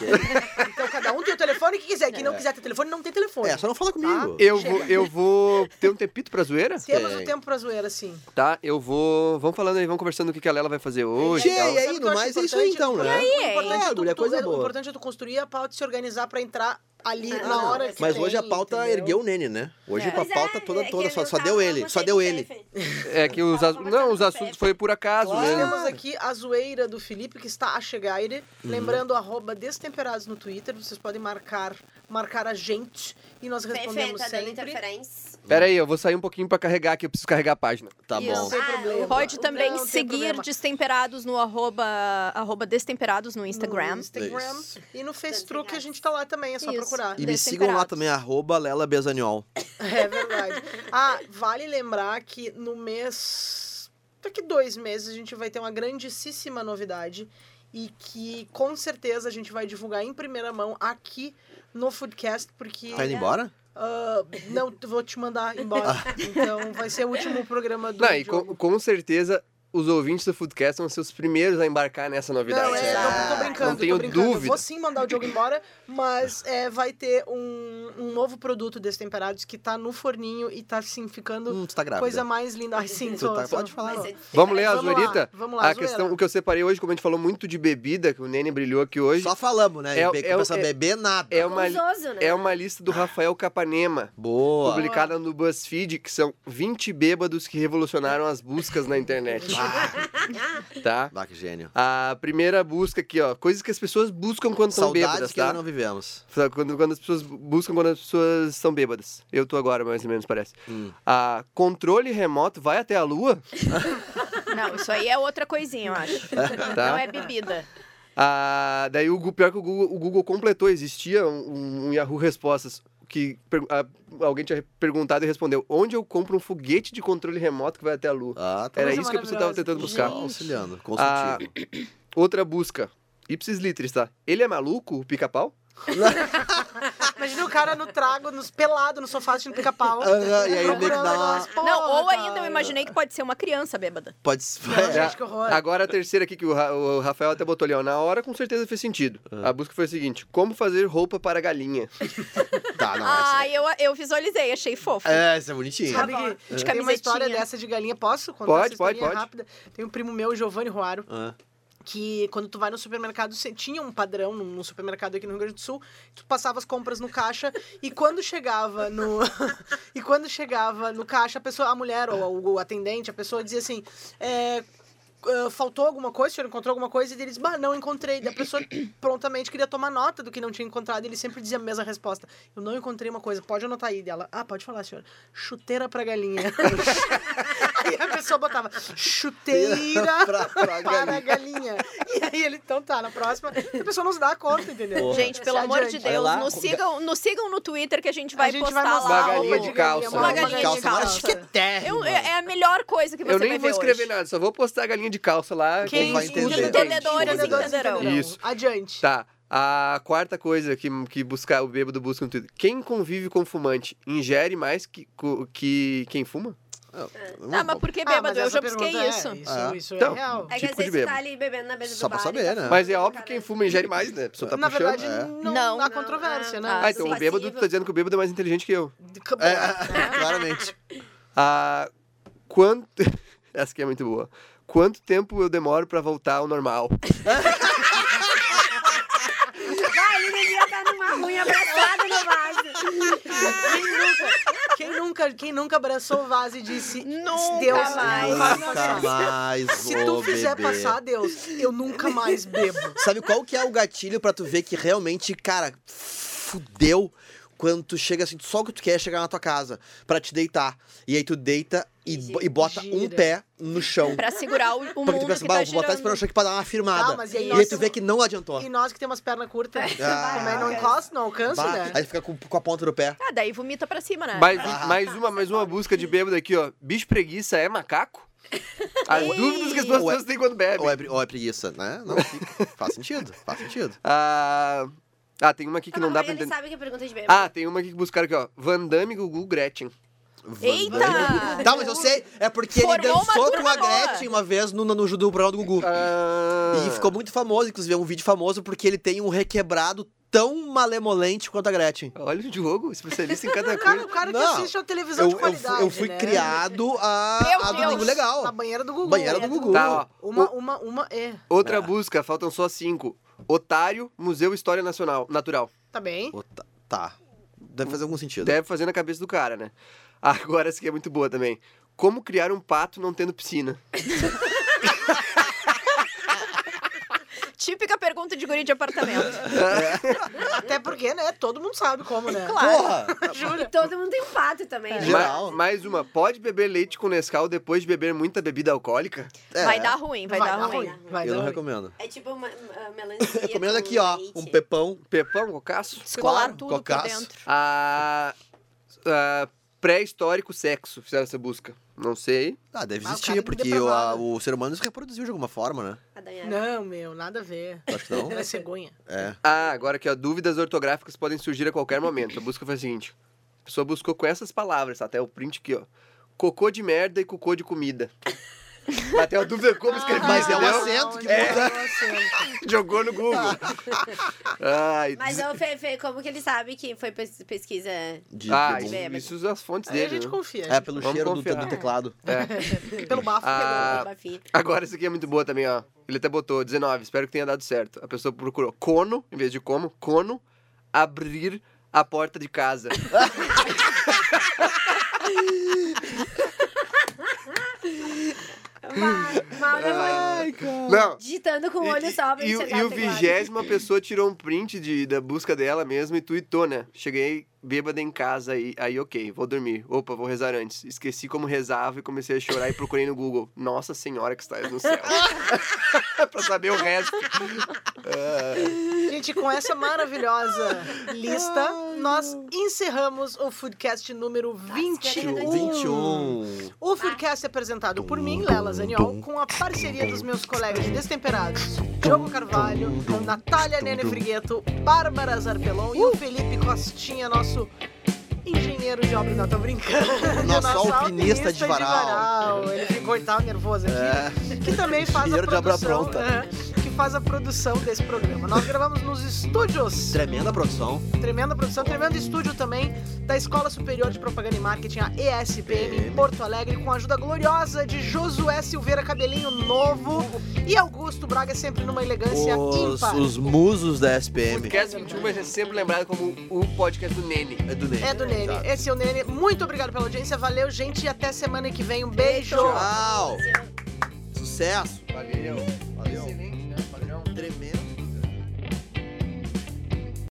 [SPEAKER 4] então cada um tem o telefone que quiser. Quem não quiser ter telefone, não tem telefone.
[SPEAKER 3] É, só não fala comigo.
[SPEAKER 5] Eu vou, eu vou ter um tempito pra zoeira,
[SPEAKER 4] Temos o
[SPEAKER 3] Tem.
[SPEAKER 4] tempo pra zoeira, sim.
[SPEAKER 5] tá? Eu vou... Vamos falando aí, vamos conversando o que que a Lela vai fazer hoje.
[SPEAKER 3] Che,
[SPEAKER 5] e tal.
[SPEAKER 3] e aí,
[SPEAKER 4] Sabe o que
[SPEAKER 3] no
[SPEAKER 4] eu acho
[SPEAKER 3] mais, é isso aí,
[SPEAKER 4] importante?
[SPEAKER 3] então, né?
[SPEAKER 4] O
[SPEAKER 1] E aí?
[SPEAKER 4] importante, é tu,
[SPEAKER 3] Agulha,
[SPEAKER 4] tu-
[SPEAKER 3] coisa
[SPEAKER 4] o
[SPEAKER 3] boa.
[SPEAKER 4] importante é tu construir a pauta e se organizar pra entrar ali
[SPEAKER 1] Ah,
[SPEAKER 4] na hora que
[SPEAKER 3] Mas
[SPEAKER 4] tem,
[SPEAKER 3] hoje a pauta
[SPEAKER 4] entendeu?
[SPEAKER 3] ergueu o Nene, né? Hoje
[SPEAKER 1] É.
[SPEAKER 3] a
[SPEAKER 2] Pois é,
[SPEAKER 3] pauta toda,
[SPEAKER 2] é
[SPEAKER 3] toda,
[SPEAKER 2] que
[SPEAKER 3] só,
[SPEAKER 2] eu
[SPEAKER 3] só
[SPEAKER 2] tava
[SPEAKER 3] deu
[SPEAKER 2] com
[SPEAKER 3] ele, só
[SPEAKER 2] você
[SPEAKER 3] deu
[SPEAKER 2] no
[SPEAKER 3] ele.
[SPEAKER 2] chefe.
[SPEAKER 5] É que os, as- não, os assuntos foi por acaso
[SPEAKER 4] Nós
[SPEAKER 5] mesmo.
[SPEAKER 4] temos aqui a zoeira do Felipe, que está a chegar. Ele,
[SPEAKER 3] Uhum.
[SPEAKER 4] lembrando, arroba destemperados no Twitter. Vocês podem marcar, marcar a gente e nós
[SPEAKER 2] Perfeito,
[SPEAKER 4] respondemos
[SPEAKER 2] tá dando
[SPEAKER 4] sempre.
[SPEAKER 2] interferência.
[SPEAKER 5] Pera aí, eu vou sair um pouquinho pra carregar aqui, eu preciso carregar a página.
[SPEAKER 3] Tá
[SPEAKER 4] Isso.
[SPEAKER 3] bom.
[SPEAKER 4] Sem problema.
[SPEAKER 1] Pode
[SPEAKER 4] Não,
[SPEAKER 1] Ah, também
[SPEAKER 4] não tem
[SPEAKER 1] seguir
[SPEAKER 4] problema.
[SPEAKER 1] Destemperados no arroba, arroba Destemperados no Instagram.
[SPEAKER 4] No Instagram.
[SPEAKER 3] É Isso.
[SPEAKER 4] E no Facebook
[SPEAKER 2] Obrigada.
[SPEAKER 4] a gente tá lá também, é só
[SPEAKER 1] Isso.
[SPEAKER 4] procurar.
[SPEAKER 3] E me sigam lá
[SPEAKER 1] Destemperados.
[SPEAKER 3] também, arroba Lela Besaniol.
[SPEAKER 4] É verdade. Ah, vale lembrar que no mês. Daqui dois meses a gente vai ter uma grandíssima novidade. E que com certeza a gente vai divulgar em primeira mão aqui no Foodcast, porque.
[SPEAKER 3] Tá indo embora?
[SPEAKER 4] ah, não, vou te mandar embora. Então vai ser o último programa do.
[SPEAKER 5] Ah. Não, e
[SPEAKER 4] Diogo.
[SPEAKER 5] com, com certeza os ouvintes do Foodcast são os seus primeiros a embarcar nessa novidade.
[SPEAKER 4] Não, é,
[SPEAKER 1] Exato.
[SPEAKER 4] não, tô brincando,
[SPEAKER 5] né? Não tenho
[SPEAKER 4] tô brincando. Eu
[SPEAKER 5] dúvida.
[SPEAKER 4] Vou sim mandar o Diogo embora, mas é, vai ter um, um novo produto destemperados que tá no forninho e tá assim ficando
[SPEAKER 3] Hum, tu tá grávida.
[SPEAKER 4] coisa mais linda. Ai, sim,
[SPEAKER 3] Tu
[SPEAKER 4] tô,
[SPEAKER 3] tá-
[SPEAKER 4] tô-
[SPEAKER 3] pode falar.
[SPEAKER 4] tô.
[SPEAKER 2] Mas é-
[SPEAKER 5] Vamos ler a
[SPEAKER 4] Vamos lá,
[SPEAKER 5] zoeirita?
[SPEAKER 4] vamos lá,
[SPEAKER 5] a
[SPEAKER 4] zoeira.
[SPEAKER 5] questão, o que eu separei hoje, como a gente falou muito de bebida, que o Nene brilhou aqui hoje,
[SPEAKER 3] Só falamos, né?
[SPEAKER 5] É-
[SPEAKER 3] É,
[SPEAKER 5] é-
[SPEAKER 3] começa
[SPEAKER 5] é-
[SPEAKER 3] a beber nada.
[SPEAKER 5] é uma,
[SPEAKER 2] Gostoso, né?
[SPEAKER 5] é uma lista do Rafael Capanema.
[SPEAKER 3] Boa.
[SPEAKER 5] Publicada no BuzzFeed, que são 20 bêbados que revolucionaram as buscas na internet. tá?
[SPEAKER 3] Ah, Bah, que gênio.
[SPEAKER 5] A primeira busca aqui, ó. Coisas que as pessoas buscam quando são
[SPEAKER 3] Saudades
[SPEAKER 5] bêbadas,
[SPEAKER 3] que
[SPEAKER 5] tá?
[SPEAKER 3] ainda não vivemos.
[SPEAKER 5] Sabe, Quando, quando as pessoas buscam quando as pessoas são bêbadas. Eu tô agora, mais ou menos, parece.
[SPEAKER 3] Hum.
[SPEAKER 5] Ah, controle remoto vai até a lua?
[SPEAKER 1] Não, isso aí é outra coisinha, eu acho.
[SPEAKER 5] Tá.
[SPEAKER 1] Não é bebida.
[SPEAKER 5] Ah, daí o Gu- pior que o Google, o Google completou, existia um, um Yahoo Respostas que per- ah, alguém tinha perguntado e respondeu: onde eu compro um foguete de controle remoto que vai até a lua?
[SPEAKER 3] Ah, tá.
[SPEAKER 5] Era
[SPEAKER 4] Coisa
[SPEAKER 5] isso Ah. que a pessoa tava
[SPEAKER 4] maravilhosa.
[SPEAKER 5] tentando buscar.
[SPEAKER 4] Gente.
[SPEAKER 3] Auxiliando, consultivo.
[SPEAKER 5] Outra busca. Ipsis litris, tá? Ele é maluco, o pica-pau?
[SPEAKER 4] Imagina Ah, o cara no trago, nos pelado no sofá assistindo pica-pau.
[SPEAKER 3] Aham, e aí meio que
[SPEAKER 4] procurando
[SPEAKER 3] dá uma-
[SPEAKER 4] negócio. Porra,
[SPEAKER 1] Não, ou
[SPEAKER 4] cara.
[SPEAKER 1] ainda eu imaginei que pode ser uma criança bêbada.
[SPEAKER 3] Pode ser.
[SPEAKER 4] Não,
[SPEAKER 3] É.
[SPEAKER 4] gente, que horror.
[SPEAKER 5] Agora a terceira aqui que o, Ra- o Rafael até botou ali, ó. Na hora, com certeza fez sentido. A busca foi a seguinte: como fazer roupa para galinha?
[SPEAKER 3] Tá, não, essa
[SPEAKER 1] Ai, Ah, eu, eu visualizei, achei fofo.
[SPEAKER 3] é. Essa é bonitinha.
[SPEAKER 4] Sabe que
[SPEAKER 1] De
[SPEAKER 4] tem uma história
[SPEAKER 1] camisetinha.
[SPEAKER 4] dessa de galinha? Posso contar
[SPEAKER 5] Pode,
[SPEAKER 4] essa
[SPEAKER 5] pode,
[SPEAKER 4] historinha
[SPEAKER 5] pode.
[SPEAKER 4] rápida? Tem um primo meu, Giovanni Ruaro,
[SPEAKER 3] Ah,
[SPEAKER 4] que quando tu vai no supermercado, você tinha um padrão num num supermercado aqui no Rio Grande do Sul, tu passava as compras no caixa e quando chegava no e quando chegava no caixa, a pessoa, a mulher ou o atendente, a pessoa dizia assim, é, ah, faltou alguma coisa, o senhor encontrou alguma coisa? E ele diz, bah, não encontrei. E a pessoa prontamente queria tomar nota do que não tinha encontrado. E ele sempre dizia a mesma resposta. Eu não encontrei uma coisa, pode anotar aí dela. Ah, pode falar, senhor. Chuteira pra galinha. aí a pessoa botava, chuteira
[SPEAKER 3] Pra- pra
[SPEAKER 4] para a galinha. E aí ele, então tá, na próxima, a pessoa não se dá conta, entendeu?
[SPEAKER 1] Gente, pelo
[SPEAKER 4] Se
[SPEAKER 1] amor de
[SPEAKER 4] é adiante.
[SPEAKER 3] Olha
[SPEAKER 1] Deus,
[SPEAKER 3] lá.
[SPEAKER 1] nos sigam, nos sigam no Twitter que a gente vai
[SPEAKER 4] a gente
[SPEAKER 1] postar
[SPEAKER 4] vai
[SPEAKER 1] lá.
[SPEAKER 4] mostrar
[SPEAKER 5] uma
[SPEAKER 4] a
[SPEAKER 5] galinha
[SPEAKER 4] roupa
[SPEAKER 5] de
[SPEAKER 1] o-
[SPEAKER 5] calça.
[SPEAKER 4] uma
[SPEAKER 1] Uma
[SPEAKER 4] galinha
[SPEAKER 1] galinha de calça. Eu-
[SPEAKER 3] chiquetérrima.
[SPEAKER 1] é a melhor coisa que você
[SPEAKER 5] Eu
[SPEAKER 1] vai
[SPEAKER 5] nem vou
[SPEAKER 1] ver
[SPEAKER 5] escrever
[SPEAKER 1] hoje.
[SPEAKER 5] nada, só vou postar a galinha de calça lá.
[SPEAKER 4] Quem
[SPEAKER 3] vai
[SPEAKER 5] escuta,
[SPEAKER 3] entender.
[SPEAKER 5] entende.
[SPEAKER 1] Entendedores
[SPEAKER 4] Entendedores
[SPEAKER 1] entenderão.
[SPEAKER 5] Isso.
[SPEAKER 4] Adiante.
[SPEAKER 5] Tá. A quarta coisa que, que buscar, o bêbado busca no Twitter. Quem convive com fumante ingere mais que, co- que quem fuma?
[SPEAKER 1] Ah, mas por que
[SPEAKER 4] Ah,
[SPEAKER 1] bêbado?
[SPEAKER 4] mas
[SPEAKER 1] eu
[SPEAKER 4] essa
[SPEAKER 1] já busquei
[SPEAKER 4] pergunta é,
[SPEAKER 1] isso.
[SPEAKER 4] Isso,
[SPEAKER 3] Ah.
[SPEAKER 4] isso
[SPEAKER 5] Então,
[SPEAKER 4] é real.
[SPEAKER 2] É que às
[SPEAKER 5] Típico de
[SPEAKER 2] vezes tu
[SPEAKER 5] bêbado.
[SPEAKER 2] tá ali bebendo na mesa
[SPEAKER 3] Só
[SPEAKER 2] do
[SPEAKER 3] pra
[SPEAKER 2] bar.
[SPEAKER 3] saber,
[SPEAKER 2] e tá
[SPEAKER 3] né?
[SPEAKER 5] Mas é
[SPEAKER 2] fumando,
[SPEAKER 5] óbvio que quem
[SPEAKER 2] cara.
[SPEAKER 5] fuma ingere mais, né? A pessoa tá
[SPEAKER 4] Na
[SPEAKER 5] puxando.
[SPEAKER 4] verdade,
[SPEAKER 3] é.
[SPEAKER 4] não,
[SPEAKER 1] Não,
[SPEAKER 4] há
[SPEAKER 2] não,
[SPEAKER 4] controvérsia,
[SPEAKER 2] ah,
[SPEAKER 4] né?
[SPEAKER 5] Ah, então
[SPEAKER 2] Sim.
[SPEAKER 5] o bêbado, tu tá dizendo que o bêbado é mais inteligente que eu.
[SPEAKER 4] Acabou.
[SPEAKER 3] É, claramente.
[SPEAKER 5] Ah, quanto... Essa aqui é muito boa. Quanto tempo eu demoro pra voltar ao normal?
[SPEAKER 2] Vai, ele devia estar numa ruim abraçada no vaso.
[SPEAKER 4] Quem nunca, quem nunca, quem nunca abraçou o vaso e disse,
[SPEAKER 1] Nunca
[SPEAKER 4] Deus,
[SPEAKER 1] mais.
[SPEAKER 4] vai
[SPEAKER 3] Nunca
[SPEAKER 4] passar.
[SPEAKER 3] mais
[SPEAKER 4] Se
[SPEAKER 3] vou
[SPEAKER 4] tu fizer
[SPEAKER 3] beber.
[SPEAKER 4] passar, Deus, eu nunca mais bebo.
[SPEAKER 3] Sabe qual que é o gatilho pra tu ver que realmente, cara, fudeu quando tu chega assim, só o que tu quer é chegar na tua casa pra te deitar. E aí tu deita e, bo- e bota um
[SPEAKER 4] Gira.
[SPEAKER 3] pé no chão.
[SPEAKER 1] Pra segurar o, o
[SPEAKER 3] Porque tu
[SPEAKER 1] mundo
[SPEAKER 3] pensa,
[SPEAKER 1] que
[SPEAKER 3] bah,
[SPEAKER 1] tá
[SPEAKER 3] vou botar esse pé no
[SPEAKER 1] girando.
[SPEAKER 3] chão aqui pra dar uma firmada.
[SPEAKER 4] Tá, mas e
[SPEAKER 3] e
[SPEAKER 4] aí
[SPEAKER 3] aí,
[SPEAKER 4] nós
[SPEAKER 3] tu
[SPEAKER 4] temos-
[SPEAKER 3] vê que não adiantou.
[SPEAKER 4] E nós que temos as pernas
[SPEAKER 1] É.
[SPEAKER 4] curtas,
[SPEAKER 3] Ah.
[SPEAKER 4] mas não encosta, não alcança,
[SPEAKER 3] Bah,
[SPEAKER 4] né?
[SPEAKER 3] Aí fica com, com a ponta do pé.
[SPEAKER 1] Ah, daí vomita pra cima, né?
[SPEAKER 5] Mais, um, mais uma, mais uma busca de bêbado aqui, ó. Bicho preguiça é macaco? As
[SPEAKER 1] Ei.
[SPEAKER 5] dúvidas que as pessoas
[SPEAKER 3] Ué.
[SPEAKER 5] têm quando bebem.
[SPEAKER 3] Ou é, pre- ou é preguiça, né? Não, fica. faz sentido, faz sentido.
[SPEAKER 5] Ah, ah, tem uma aqui que
[SPEAKER 2] Ah,
[SPEAKER 5] não dá
[SPEAKER 2] mas
[SPEAKER 5] pra
[SPEAKER 2] ele
[SPEAKER 5] entender.
[SPEAKER 2] sabe que é pergunta de bêbado.
[SPEAKER 5] Ah, tem uma aqui que buscaram aqui, ó. Van Damme, Gugu, Gretchen.
[SPEAKER 1] Eita!
[SPEAKER 3] Tá, mas eu sei, é porque ele
[SPEAKER 1] Formou uma
[SPEAKER 3] dançou com
[SPEAKER 1] turma
[SPEAKER 3] a Gretchen uma vez no, no, no judô programa do Gugu.
[SPEAKER 5] Ah,
[SPEAKER 3] E ficou muito famoso, inclusive, é um vídeo famoso porque ele tem um requebrado tão malemolente quanto a Gretchen.
[SPEAKER 5] Olha o Diogo, especialista em cada
[SPEAKER 4] Cara,
[SPEAKER 5] coisa.
[SPEAKER 4] o cara que
[SPEAKER 3] Não.
[SPEAKER 4] assiste a televisão
[SPEAKER 3] Eu,
[SPEAKER 4] de
[SPEAKER 3] eu,
[SPEAKER 4] qualidade,
[SPEAKER 3] fui- eu fui
[SPEAKER 4] né?
[SPEAKER 3] criado a,
[SPEAKER 1] Meu
[SPEAKER 3] a
[SPEAKER 1] Deus.
[SPEAKER 3] Domingo
[SPEAKER 4] Na
[SPEAKER 3] Legal.
[SPEAKER 4] banheira do Gugu.
[SPEAKER 3] Banheira do Gugu.
[SPEAKER 5] Tá, ó.
[SPEAKER 4] Uma, uma, uma, é.
[SPEAKER 5] Outra
[SPEAKER 3] Ah.
[SPEAKER 5] busca, faltam só cinco. Otário, Museu História Nacional, Natural.
[SPEAKER 4] Tá bem.
[SPEAKER 3] Ô, tá- Tá. Deve fazer algum sentido.
[SPEAKER 5] Deve fazer na cabeça do cara, né? Agora essa aqui é muito boa também. Como criar um pato não tendo piscina?
[SPEAKER 1] Típica pergunta de guri de apartamento.
[SPEAKER 4] Até porque, né? Todo mundo sabe como, né?
[SPEAKER 3] Porra!
[SPEAKER 5] Tá
[SPEAKER 2] E todo mundo tem um pato também. né?
[SPEAKER 3] Já-
[SPEAKER 5] Ma
[SPEAKER 3] É. Geral.
[SPEAKER 5] mais uma. Pode beber leite com Nescau depois de beber muita bebida alcoólica?
[SPEAKER 3] É,
[SPEAKER 1] Vai dar ruim, vai, dar, ruim.
[SPEAKER 4] Vai
[SPEAKER 3] Eu
[SPEAKER 4] dar
[SPEAKER 3] não
[SPEAKER 4] ruim.
[SPEAKER 3] recomendo.
[SPEAKER 2] É tipo uma, uma melancia.
[SPEAKER 3] Recomendo
[SPEAKER 2] com
[SPEAKER 3] Ah, aqui, ó,
[SPEAKER 2] leite.
[SPEAKER 3] um pepão.
[SPEAKER 5] Pepão, cocaço?
[SPEAKER 1] Descolar
[SPEAKER 3] Claro,
[SPEAKER 1] tudo por
[SPEAKER 3] cocaço.
[SPEAKER 1] dentro.
[SPEAKER 5] Ah, ah, Pré-histórico sexo, fizeram essa busca. Não sei.
[SPEAKER 3] Ah, deve
[SPEAKER 4] Ah, o
[SPEAKER 3] existir,
[SPEAKER 4] cara que
[SPEAKER 3] porque o,
[SPEAKER 4] depravado.
[SPEAKER 3] a- o ser humano se reproduziu de alguma forma, né?
[SPEAKER 2] A Dayane.
[SPEAKER 4] Não, meu, nada a ver.
[SPEAKER 3] Acho que não.
[SPEAKER 4] Era cegonha.
[SPEAKER 3] É.
[SPEAKER 5] Ah, agora aqui, ó. Dúvidas ortográficas podem surgir a qualquer momento. A busca foi a seguinte: A pessoa buscou com essas palavras, tá? até o print aqui, ó. Cocô de merda e cocô de comida. Até a dúvida como
[SPEAKER 4] Ah,
[SPEAKER 5] escrever,
[SPEAKER 3] Mas é um
[SPEAKER 5] entendeu?
[SPEAKER 3] acento que
[SPEAKER 4] É.
[SPEAKER 3] muda.
[SPEAKER 5] Jogou no Google. Ah. Ai,
[SPEAKER 2] Mas é
[SPEAKER 5] des-
[SPEAKER 2] ô, Fê, Fê, como que ele sabe que foi pes- pesquisa?
[SPEAKER 3] De-
[SPEAKER 5] ah,
[SPEAKER 3] de-
[SPEAKER 5] isso,
[SPEAKER 2] bêbado.
[SPEAKER 5] isso usa as fontes
[SPEAKER 4] Aí a
[SPEAKER 5] dele.
[SPEAKER 4] gente
[SPEAKER 5] né?
[SPEAKER 4] confia.
[SPEAKER 3] É, pelo
[SPEAKER 5] Vamos
[SPEAKER 3] cheiro do-
[SPEAKER 5] confiar.
[SPEAKER 3] do teclado.
[SPEAKER 5] É.
[SPEAKER 4] gente- Pelo bafo.
[SPEAKER 5] Ah,
[SPEAKER 2] Pegou o Bafi.
[SPEAKER 5] Agora, isso aqui é muito boa também, ó. Ele até botou 19, espero que tenha dado certo. A pessoa procurou cono, em vez de como, cono, abrir a porta de casa.
[SPEAKER 2] Mal, mal já foi
[SPEAKER 5] Não,
[SPEAKER 2] digitando com o olho só pra
[SPEAKER 5] e, e,
[SPEAKER 2] enxergar
[SPEAKER 5] e o
[SPEAKER 2] o tá teclado.
[SPEAKER 5] vigésimo, a pessoa tirou um print de, da busca dela mesmo e tweetou, né? Cheguei bêbada em casa, aí, aí ok, vou dormir. Opa, vou rezar antes. Esqueci como rezava e comecei a chorar e procurei no Google. Nossa Senhora que estás no céu. pra saber o resto.
[SPEAKER 4] Gente, com essa maravilhosa lista, nós encerramos o Foodcast número
[SPEAKER 2] Hum.
[SPEAKER 1] é
[SPEAKER 4] 21.
[SPEAKER 3] 21.
[SPEAKER 4] O Foodcast é apresentado por mim, Lela Zaniol, com a parceria dos meus colegas de Destemperados, Diogo Carvalho, Natália Nene Frigueto, Bárbara Zarpelon e o Felipe Costinha, nosso engenheiro de obra. Não, tô brincando.
[SPEAKER 3] Nosso alpinista
[SPEAKER 4] alpinista
[SPEAKER 3] de varal.
[SPEAKER 4] Ele ficou e tal, nervoso aqui
[SPEAKER 3] É.
[SPEAKER 4] que também faz a
[SPEAKER 3] Dinheiro de obra
[SPEAKER 4] produção,
[SPEAKER 3] pronta.
[SPEAKER 4] é, que faz a produção desse programa. Nós gravamos nos estúdios,
[SPEAKER 3] Tremenda produção.
[SPEAKER 4] tremenda produção, tremendo estúdio também da Escola Superior de Propaganda e Marketing, a ESPM, em Porto Alegre, com a ajuda gloriosa de Josué Silveira Cabelinho Novo e Augusto Braga, sempre numa elegância
[SPEAKER 3] Os,
[SPEAKER 4] ímpar. é
[SPEAKER 3] os musos da SPM.
[SPEAKER 5] Podcast 21 vai ser sempre lembrado como o podcast do Nene.
[SPEAKER 3] É do Ney.
[SPEAKER 4] É do Nene.
[SPEAKER 3] Exato.
[SPEAKER 4] Esse é o Nene. Muito obrigado pela audiência. Valeu, gente. E até semana que vem. Um beijo.
[SPEAKER 3] Tchau. Sucesso. É um
[SPEAKER 5] Valeu.
[SPEAKER 3] Valeu.
[SPEAKER 5] Excelente.